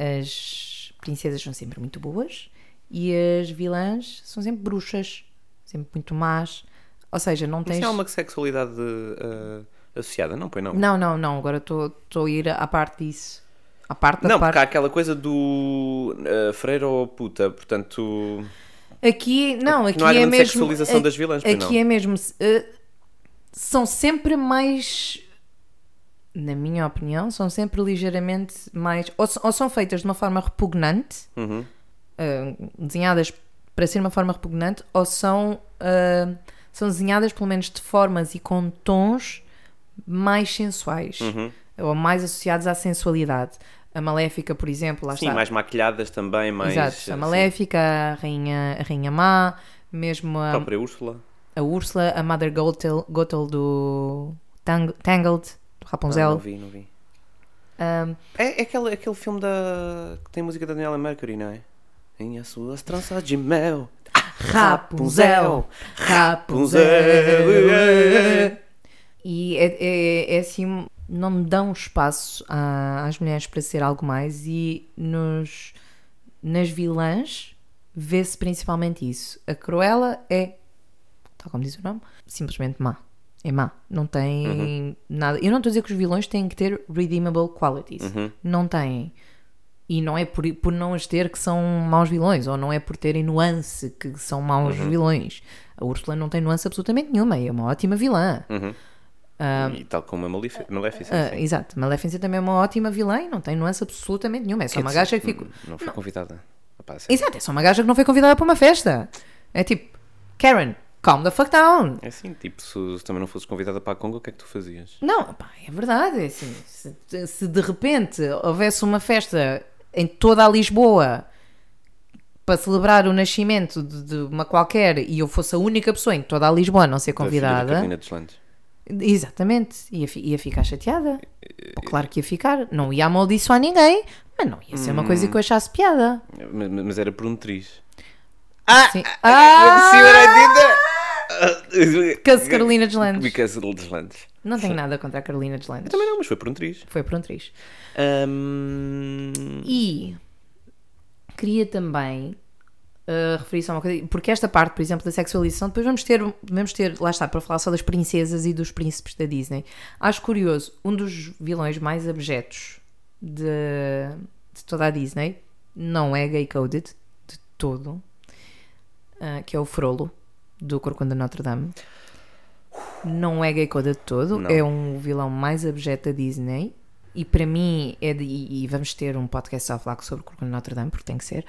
[SPEAKER 2] As princesas são sempre muito boas e as vilãs são sempre bruxas, sempre muito más. Ou seja, não
[SPEAKER 1] Mas
[SPEAKER 2] tens.
[SPEAKER 1] há uma sexualidade eh, associada, não? Pois não.
[SPEAKER 2] Não, não, não. Agora estou a ir à parte disso. À parte da
[SPEAKER 1] Não,
[SPEAKER 2] parte.
[SPEAKER 1] porque há aquela coisa do eh, freira ou puta, portanto.
[SPEAKER 2] Aqui, não, aqui
[SPEAKER 1] não há
[SPEAKER 2] é
[SPEAKER 1] grande
[SPEAKER 2] mesmo.
[SPEAKER 1] sexualização
[SPEAKER 2] a-
[SPEAKER 1] das vilãs, pois
[SPEAKER 2] Aqui
[SPEAKER 1] não.
[SPEAKER 2] é mesmo. eh, são sempre mais. Na minha opinião, são sempre ligeiramente mais. Ou, s- ou são feitas de uma forma repugnante,
[SPEAKER 1] Uhum.
[SPEAKER 2] eh, desenhadas para ser uma forma repugnante, ou são. eh, são desenhadas, pelo menos, de formas e com tons mais sensuais.
[SPEAKER 1] Uhum.
[SPEAKER 2] Ou mais associados à sensualidade. A Maléfica, por exemplo, lá
[SPEAKER 1] Sim,
[SPEAKER 2] está.
[SPEAKER 1] mais maquilhadas também, mais.
[SPEAKER 2] Exato, a
[SPEAKER 1] eh,
[SPEAKER 2] Maléfica, a Rainha, a Rainha Má, mesmo
[SPEAKER 1] sim, a
[SPEAKER 2] a,
[SPEAKER 1] própria Úrsula.
[SPEAKER 2] a Úrsula, a Mother Gothel, Gothel do Tang- Tangled, do
[SPEAKER 1] Ah, Não, não
[SPEAKER 2] Rapunzel.
[SPEAKER 1] vi, não vi.
[SPEAKER 2] Ahm,
[SPEAKER 1] É, é aquele, aquele filme da. que tem música da Daniela Mercury, não é? Em as suas tranças de mel.
[SPEAKER 2] Rapunzel,
[SPEAKER 1] Rapunzel.
[SPEAKER 2] E é, é- é assim, não me dão espaço a- às mulheres para ser algo mais e nos, nas vilãs vê-se principalmente isso. A Cruella é, tal como diz o nome, simplesmente má. É má. Não tem nada. Eu não estou a dizer que os vilões têm que ter redeemable qualities. Não têm. E não é por, por não as ter que são maus vilões, ou não é por terem nuance que são maus vilões. A Ursula não tem nuance absolutamente nenhuma, e é uma ótima vilã.
[SPEAKER 1] E tal como a Malef- Maléfica.
[SPEAKER 2] Ah,
[SPEAKER 1] sim.
[SPEAKER 2] exato, Maleficent também é uma ótima vilã e não tem nuance absolutamente nenhuma. É só uma gaja que ficou.
[SPEAKER 1] Não foi convidada. Opa, sério.
[SPEAKER 2] Exato, é só uma gaja que não foi convidada para uma festa. É tipo, Karen, calm the fuck down.
[SPEAKER 1] É assim, tipo, se, se também não fosses convidada para a Congo, o que é que tu fazias?
[SPEAKER 2] Não, pá, é verdade. é assim, se, se de repente houvesse uma festa em toda a Lisboa para celebrar o nascimento de, de uma qualquer e eu fosse a única pessoa em toda a Lisboa a não ser
[SPEAKER 1] Da filha da
[SPEAKER 2] convidada,
[SPEAKER 1] Carolina dos Landes.
[SPEAKER 2] exatamente, ia, fi- ia ficar chateada.
[SPEAKER 1] Eh,
[SPEAKER 2] Pô, claro que ia ficar. Não ia amaldiçoar ninguém, mas não ia ser uma coisa
[SPEAKER 1] Hum.
[SPEAKER 2] que eu achasse piada.
[SPEAKER 1] Mas, mas era promotriz.
[SPEAKER 2] Sim.
[SPEAKER 1] ah,
[SPEAKER 2] Ah! Because
[SPEAKER 1] Carolina
[SPEAKER 2] Carolina de Landes.
[SPEAKER 1] Because dos Landes.
[SPEAKER 2] Não tenho nada contra a Carolina de Landes.
[SPEAKER 1] Também não, mas foi promotriz.
[SPEAKER 2] Foi por um triz.
[SPEAKER 1] Um...
[SPEAKER 2] E queria também uh, referir-se a uma coisa, porque esta parte, por exemplo, da sexualização, depois vamos ter, vamos ter, lá está, para falar só das princesas e dos príncipes da Disney. Acho curioso, um dos vilões mais abjetos de, de toda a Disney não é gay-coded de todo, uh, que é o Frollo, do Corcunda Notre Dame. Não é gay-coded de todo,
[SPEAKER 1] Não.
[SPEAKER 2] é um vilão mais abjeto da Disney. E para mim, é de- e e vamos ter um podcast só a falar sobre o Corcunda Notre Dame, porque tem que ser.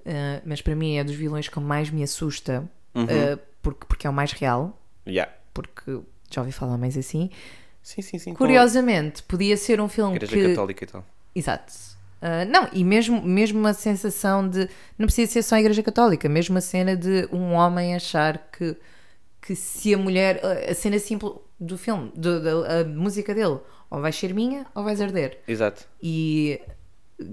[SPEAKER 2] Uh, mas para mim é dos vilões que mais me assusta uh, porque, porque é o mais real,
[SPEAKER 1] Yeah.
[SPEAKER 2] porque já ouvi falar mais assim.
[SPEAKER 1] Sim, sim, sim. com
[SPEAKER 2] Curiosamente, podia ser um
[SPEAKER 1] a
[SPEAKER 2] filme
[SPEAKER 1] Igreja
[SPEAKER 2] que.
[SPEAKER 1] Católica e tal.
[SPEAKER 2] Exato. Ah, não, e mesmo, mesmo a sensação de. Não precisa ser só a Igreja Católica, mesmo a cena de um homem achar que, que se a mulher. ah, A cena simples do filme, do- da a música dele, ou vais ser minha ou vais arder.
[SPEAKER 1] Exato.
[SPEAKER 2] E. O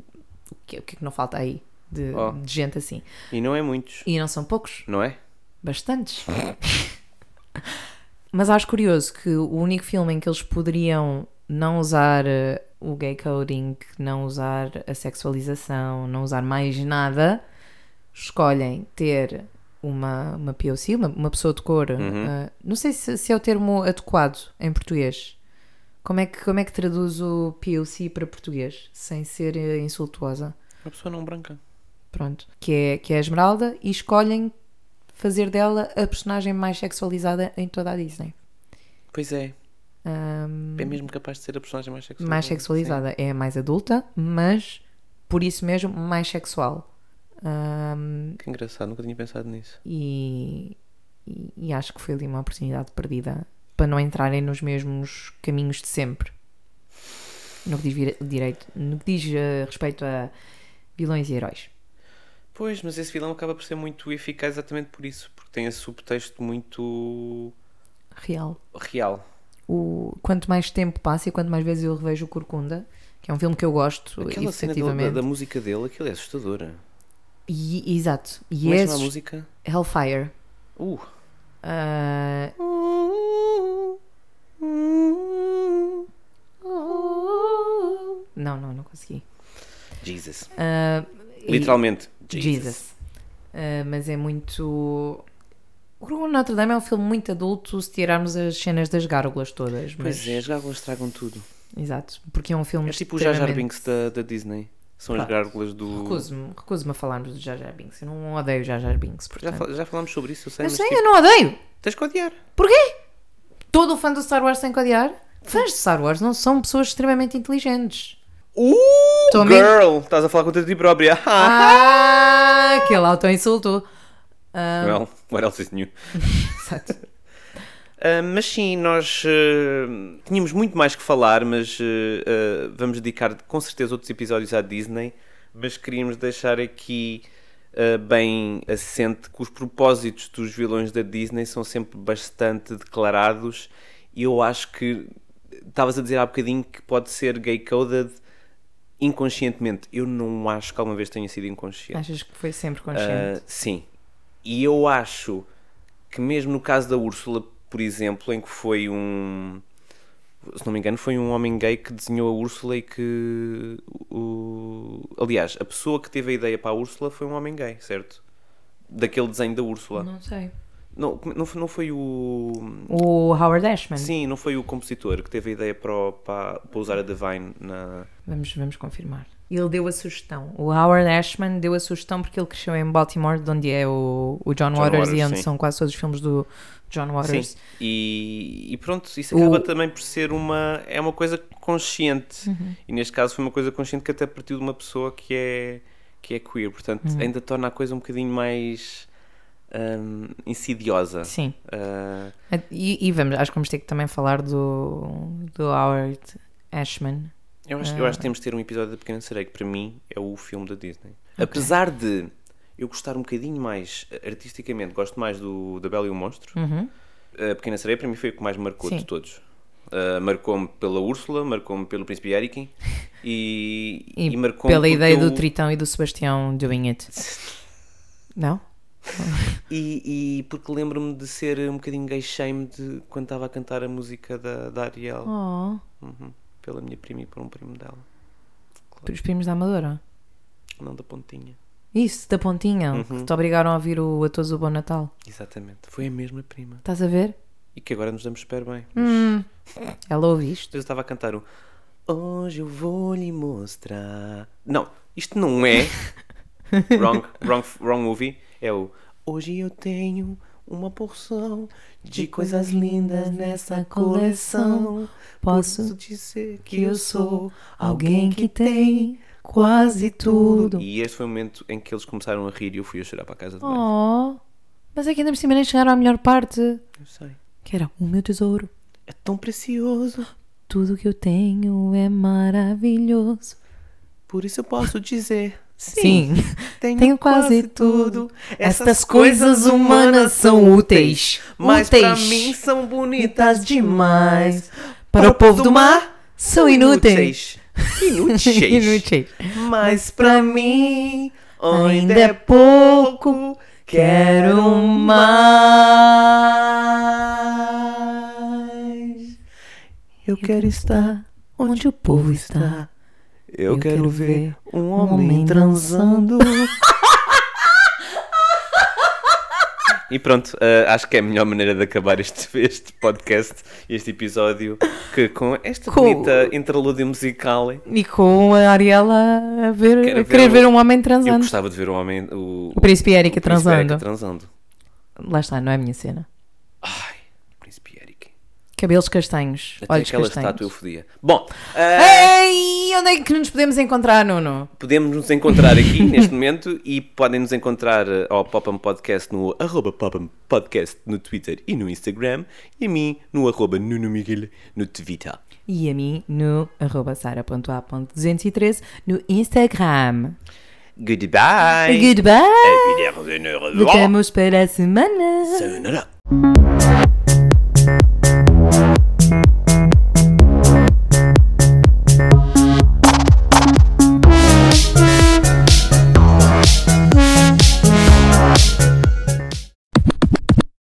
[SPEAKER 2] que, o que é que não falta aí de,
[SPEAKER 1] Oh.
[SPEAKER 2] de gente assim?
[SPEAKER 1] E não é muitos,
[SPEAKER 2] E não são poucos.
[SPEAKER 1] não é?
[SPEAKER 2] Bastantes. Mas acho curioso que o único filme em que eles poderiam não usar eh, o gay coding, não usar a sexualização, não usar mais nada, escolhem ter uma, uma POC, uma, uma pessoa de cor. eh, não sei se, se é o termo adequado em português. Como é, que, como é que traduz o POC para português, sem ser eh, insultuosa?
[SPEAKER 1] Uma pessoa não branca.
[SPEAKER 2] Pronto. Que é, que é a Esmeralda e escolhem fazer dela a personagem mais sexualizada em toda a Disney.
[SPEAKER 1] Pois é.
[SPEAKER 2] Ahm,
[SPEAKER 1] É mesmo capaz de ser a personagem mais sexualizada.
[SPEAKER 2] mais
[SPEAKER 1] Sim.
[SPEAKER 2] sexualizada. É mais adulta, mas por isso mesmo mais sexual. Ahm,
[SPEAKER 1] Que engraçado, nunca tinha pensado nisso.
[SPEAKER 2] e, e- e acho que foi ali uma oportunidade perdida para não entrarem nos mesmos caminhos de sempre. No que diz, vira- direito, no que diz eh, respeito a vilões e heróis.
[SPEAKER 1] Pois, mas esse vilão acaba por ser muito eficaz exatamente por isso, porque tem esse subtexto muito
[SPEAKER 2] Real.
[SPEAKER 1] real.
[SPEAKER 2] o- quanto mais tempo passa e quanto mais vezes eu revejo o Corcunda, que é um filme que eu gosto,
[SPEAKER 1] Aquela cena dele-
[SPEAKER 2] efetivamente.
[SPEAKER 1] da, da música dele, aquilo é assustadora.
[SPEAKER 2] E, exato. E
[SPEAKER 1] Como é que se
[SPEAKER 2] é
[SPEAKER 1] chama a
[SPEAKER 2] sus-
[SPEAKER 1] música?
[SPEAKER 2] Hellfire.
[SPEAKER 1] Uh!
[SPEAKER 2] Ah, não, não, não consegui.
[SPEAKER 1] Jesus.
[SPEAKER 2] Ah, e-
[SPEAKER 1] Literalmente. Jesus.
[SPEAKER 2] Jesus. Ah, mas é muito. O Corcunda de Notre Dame é um filme muito adulto se tirarmos as cenas das gárgulas todas. Mas...
[SPEAKER 1] Pois é, as gárgulas tragam tudo.
[SPEAKER 2] Exato. Porque é um filme.
[SPEAKER 1] É tipo o Jar Jar
[SPEAKER 2] extremamente-
[SPEAKER 1] Binks da, da Disney. São as
[SPEAKER 2] Pronto.
[SPEAKER 1] gárgulas do.
[SPEAKER 2] Recuso-me recuso-me a falarmos do Jar Jar Binks. Eu não odeio o Jar Jar Binks.
[SPEAKER 1] Já,
[SPEAKER 2] Portanto...
[SPEAKER 1] fal- já falámos sobre isso, eu sei,
[SPEAKER 2] eu
[SPEAKER 1] mas
[SPEAKER 2] sei,
[SPEAKER 1] tipo,
[SPEAKER 2] eu não odeio!
[SPEAKER 1] tens que odiar.
[SPEAKER 2] Porquê? Todo o fã do Star Wars tem que odiar? Fãs de Star Wars não são pessoas extremamente inteligentes.
[SPEAKER 1] Uh,
[SPEAKER 2] Tô me-
[SPEAKER 1] girl! Estás a falar contra ti própria. Ah.
[SPEAKER 2] Ah, aquele auto-insulto. Ah,
[SPEAKER 1] Well, what else is new?
[SPEAKER 2] exato.
[SPEAKER 1] Ah, mas sim, nós ah, tínhamos muito mais que falar, mas ah, ah, vamos dedicar com certeza outros episódios à Disney. Mas queríamos deixar aqui ah, bem assente que os propósitos dos vilões da Disney são sempre bastante declarados. E eu acho que estavas a dizer há bocadinho que pode ser gay-coded inconscientemente. Eu não acho que alguma vez tenha sido inconsciente.
[SPEAKER 2] Achas que foi sempre
[SPEAKER 1] Ah,
[SPEAKER 2] consciente?
[SPEAKER 1] sim. E eu acho que mesmo no caso da Úrsula, por exemplo, em que foi um. Se não me engano, foi um homem gay que desenhou a Úrsula e que. O... Aliás, a pessoa que teve a ideia para a Úrsula foi um homem gay, certo? Daquele desenho da Úrsula. Não,
[SPEAKER 2] não sei.
[SPEAKER 1] não, como- não, foi, não foi o.
[SPEAKER 2] O Howard Ashman.
[SPEAKER 1] Sim, não foi o compositor que teve a ideia para, o- para, para usar a Divine na.
[SPEAKER 2] Vamos, vamos confirmar. Ele deu a sugestão. O Howard Ashman deu a sugestão porque ele cresceu em Baltimore, de onde é o, o John,
[SPEAKER 1] John
[SPEAKER 2] Waters, e
[SPEAKER 1] Waters,
[SPEAKER 2] onde
[SPEAKER 1] sim.
[SPEAKER 2] são quase todos os filmes do John Waters.
[SPEAKER 1] Sim, e, e pronto, isso
[SPEAKER 2] O-
[SPEAKER 1] acaba também por ser uma. É uma coisa consciente.
[SPEAKER 2] Uhum.
[SPEAKER 1] E neste caso foi uma coisa consciente que até partiu de uma pessoa que é, que é queer. Portanto,
[SPEAKER 2] Uhum.
[SPEAKER 1] ainda torna a coisa um bocadinho mais hum, insidiosa.
[SPEAKER 2] Sim.
[SPEAKER 1] Ah,
[SPEAKER 2] E, e vamos, acho que vamos ter que também falar do, do Howard Ashman.
[SPEAKER 1] eu, acho,
[SPEAKER 2] Ah.
[SPEAKER 1] eu acho que temos de ter um episódio da Pequena Sereia, que para mim é o filme da Disney. Apesar de eu gostar um bocadinho mais eh, artisticamente, gosto mais do da Bela e o Monstro.
[SPEAKER 2] Uhum.
[SPEAKER 1] A Pequena Sereia para mim foi o que mais marcou
[SPEAKER 2] Sim.
[SPEAKER 1] de todos. Ah, marcou-me pela Úrsula, marcou-me pelo Príncipe Erikin e,
[SPEAKER 2] E,
[SPEAKER 1] e marcou-me
[SPEAKER 2] pela
[SPEAKER 1] porque
[SPEAKER 2] ideia
[SPEAKER 1] eu-
[SPEAKER 2] do Tritão e do Sebastião doing it. Não?
[SPEAKER 1] E, e porque lembro-me de ser um bocadinho gay shame de quando estava a cantar a música da, da Ariel
[SPEAKER 2] Oh,
[SPEAKER 1] Uhum. pela minha prima e por um primo dela,
[SPEAKER 2] os primos da Amadora.
[SPEAKER 1] não da Pontinha.
[SPEAKER 2] Isso, da Pontinha, que te obrigaram a ouvir o A Todos o Bom Natal.
[SPEAKER 1] Exatamente, foi a mesma prima
[SPEAKER 2] Estás a ver?
[SPEAKER 1] e que agora nos damos super bem.
[SPEAKER 2] Uhum. Ela ouve isto.
[SPEAKER 1] Eu estava a cantar o Hoje eu vou lhe mostrar. Não, isto não é. wrong, wrong, wrong movie. É o Hoje eu tenho uma porção de coisas lindas nessa coleção. Posso
[SPEAKER 2] Posso
[SPEAKER 1] dizer
[SPEAKER 2] que eu sou alguém que tem quase tudo.
[SPEAKER 1] E este foi o momento em que eles começaram a rir e eu fui a chorar para a casa de banho.
[SPEAKER 2] Oh, mas é que ainda por cima nem chegaram à melhor parte,
[SPEAKER 1] Eu sei.
[SPEAKER 2] que era o meu tesouro.
[SPEAKER 1] É tão precioso.
[SPEAKER 2] Tudo que eu tenho é maravilhoso.
[SPEAKER 1] Por isso eu posso dizer.
[SPEAKER 2] Sim, tenho quase tudo. Estas coisas humanas são úteis.
[SPEAKER 1] Mas
[SPEAKER 2] úteis.
[SPEAKER 1] para mim são bonitas
[SPEAKER 2] bonitas
[SPEAKER 1] demais.
[SPEAKER 2] demais. Para o povo do mar, são inúteis.
[SPEAKER 1] Inúteis.
[SPEAKER 2] Inúteis.
[SPEAKER 1] Mas para mim ainda
[SPEAKER 2] Ainda é
[SPEAKER 1] é pouco
[SPEAKER 2] Quero um mais.
[SPEAKER 1] Eu quero estar
[SPEAKER 2] onde o povo está.
[SPEAKER 1] Tá. Eu, quero, ver um
[SPEAKER 2] homem
[SPEAKER 1] homem, transando. e pronto, eh, acho que é a melhor maneira de acabar este, este podcast, este episódio, que com esta
[SPEAKER 2] Com-
[SPEAKER 1] bonita interlúdio musical.
[SPEAKER 2] E com a Ariela a, ver,
[SPEAKER 1] Quero
[SPEAKER 2] a
[SPEAKER 1] ver
[SPEAKER 2] querer
[SPEAKER 1] o-
[SPEAKER 2] ver um homem
[SPEAKER 1] Eu
[SPEAKER 2] transando.
[SPEAKER 1] gostava de ver um homem. O,
[SPEAKER 2] O Príncipe Erika
[SPEAKER 1] o Príncipe Eric
[SPEAKER 2] transando.
[SPEAKER 1] transando.
[SPEAKER 2] Lá está, não é a minha cena.
[SPEAKER 1] Ai, Príncipe Eric.
[SPEAKER 2] Cabelos castanhos,
[SPEAKER 1] Até
[SPEAKER 2] olhos
[SPEAKER 1] aquela
[SPEAKER 2] castanhos.
[SPEAKER 1] estátua eu fodia. Bom, eh,
[SPEAKER 2] Ei, onde é que nos podemos encontrar, Nuno?
[SPEAKER 1] podemos nos encontrar aqui neste momento e podem nos encontrar eh, ao Popam Podcast no arroba Popam Podcast no Twitter e no Instagram e a mim no arroba Nuno Miguel no Twitter.
[SPEAKER 2] E a mim no arroba sara.a.213 no Instagram.
[SPEAKER 1] Goodbye!
[SPEAKER 2] Goodbye!
[SPEAKER 1] Goodbye!
[SPEAKER 2] Voltamos para a semana!
[SPEAKER 1] Sayonara!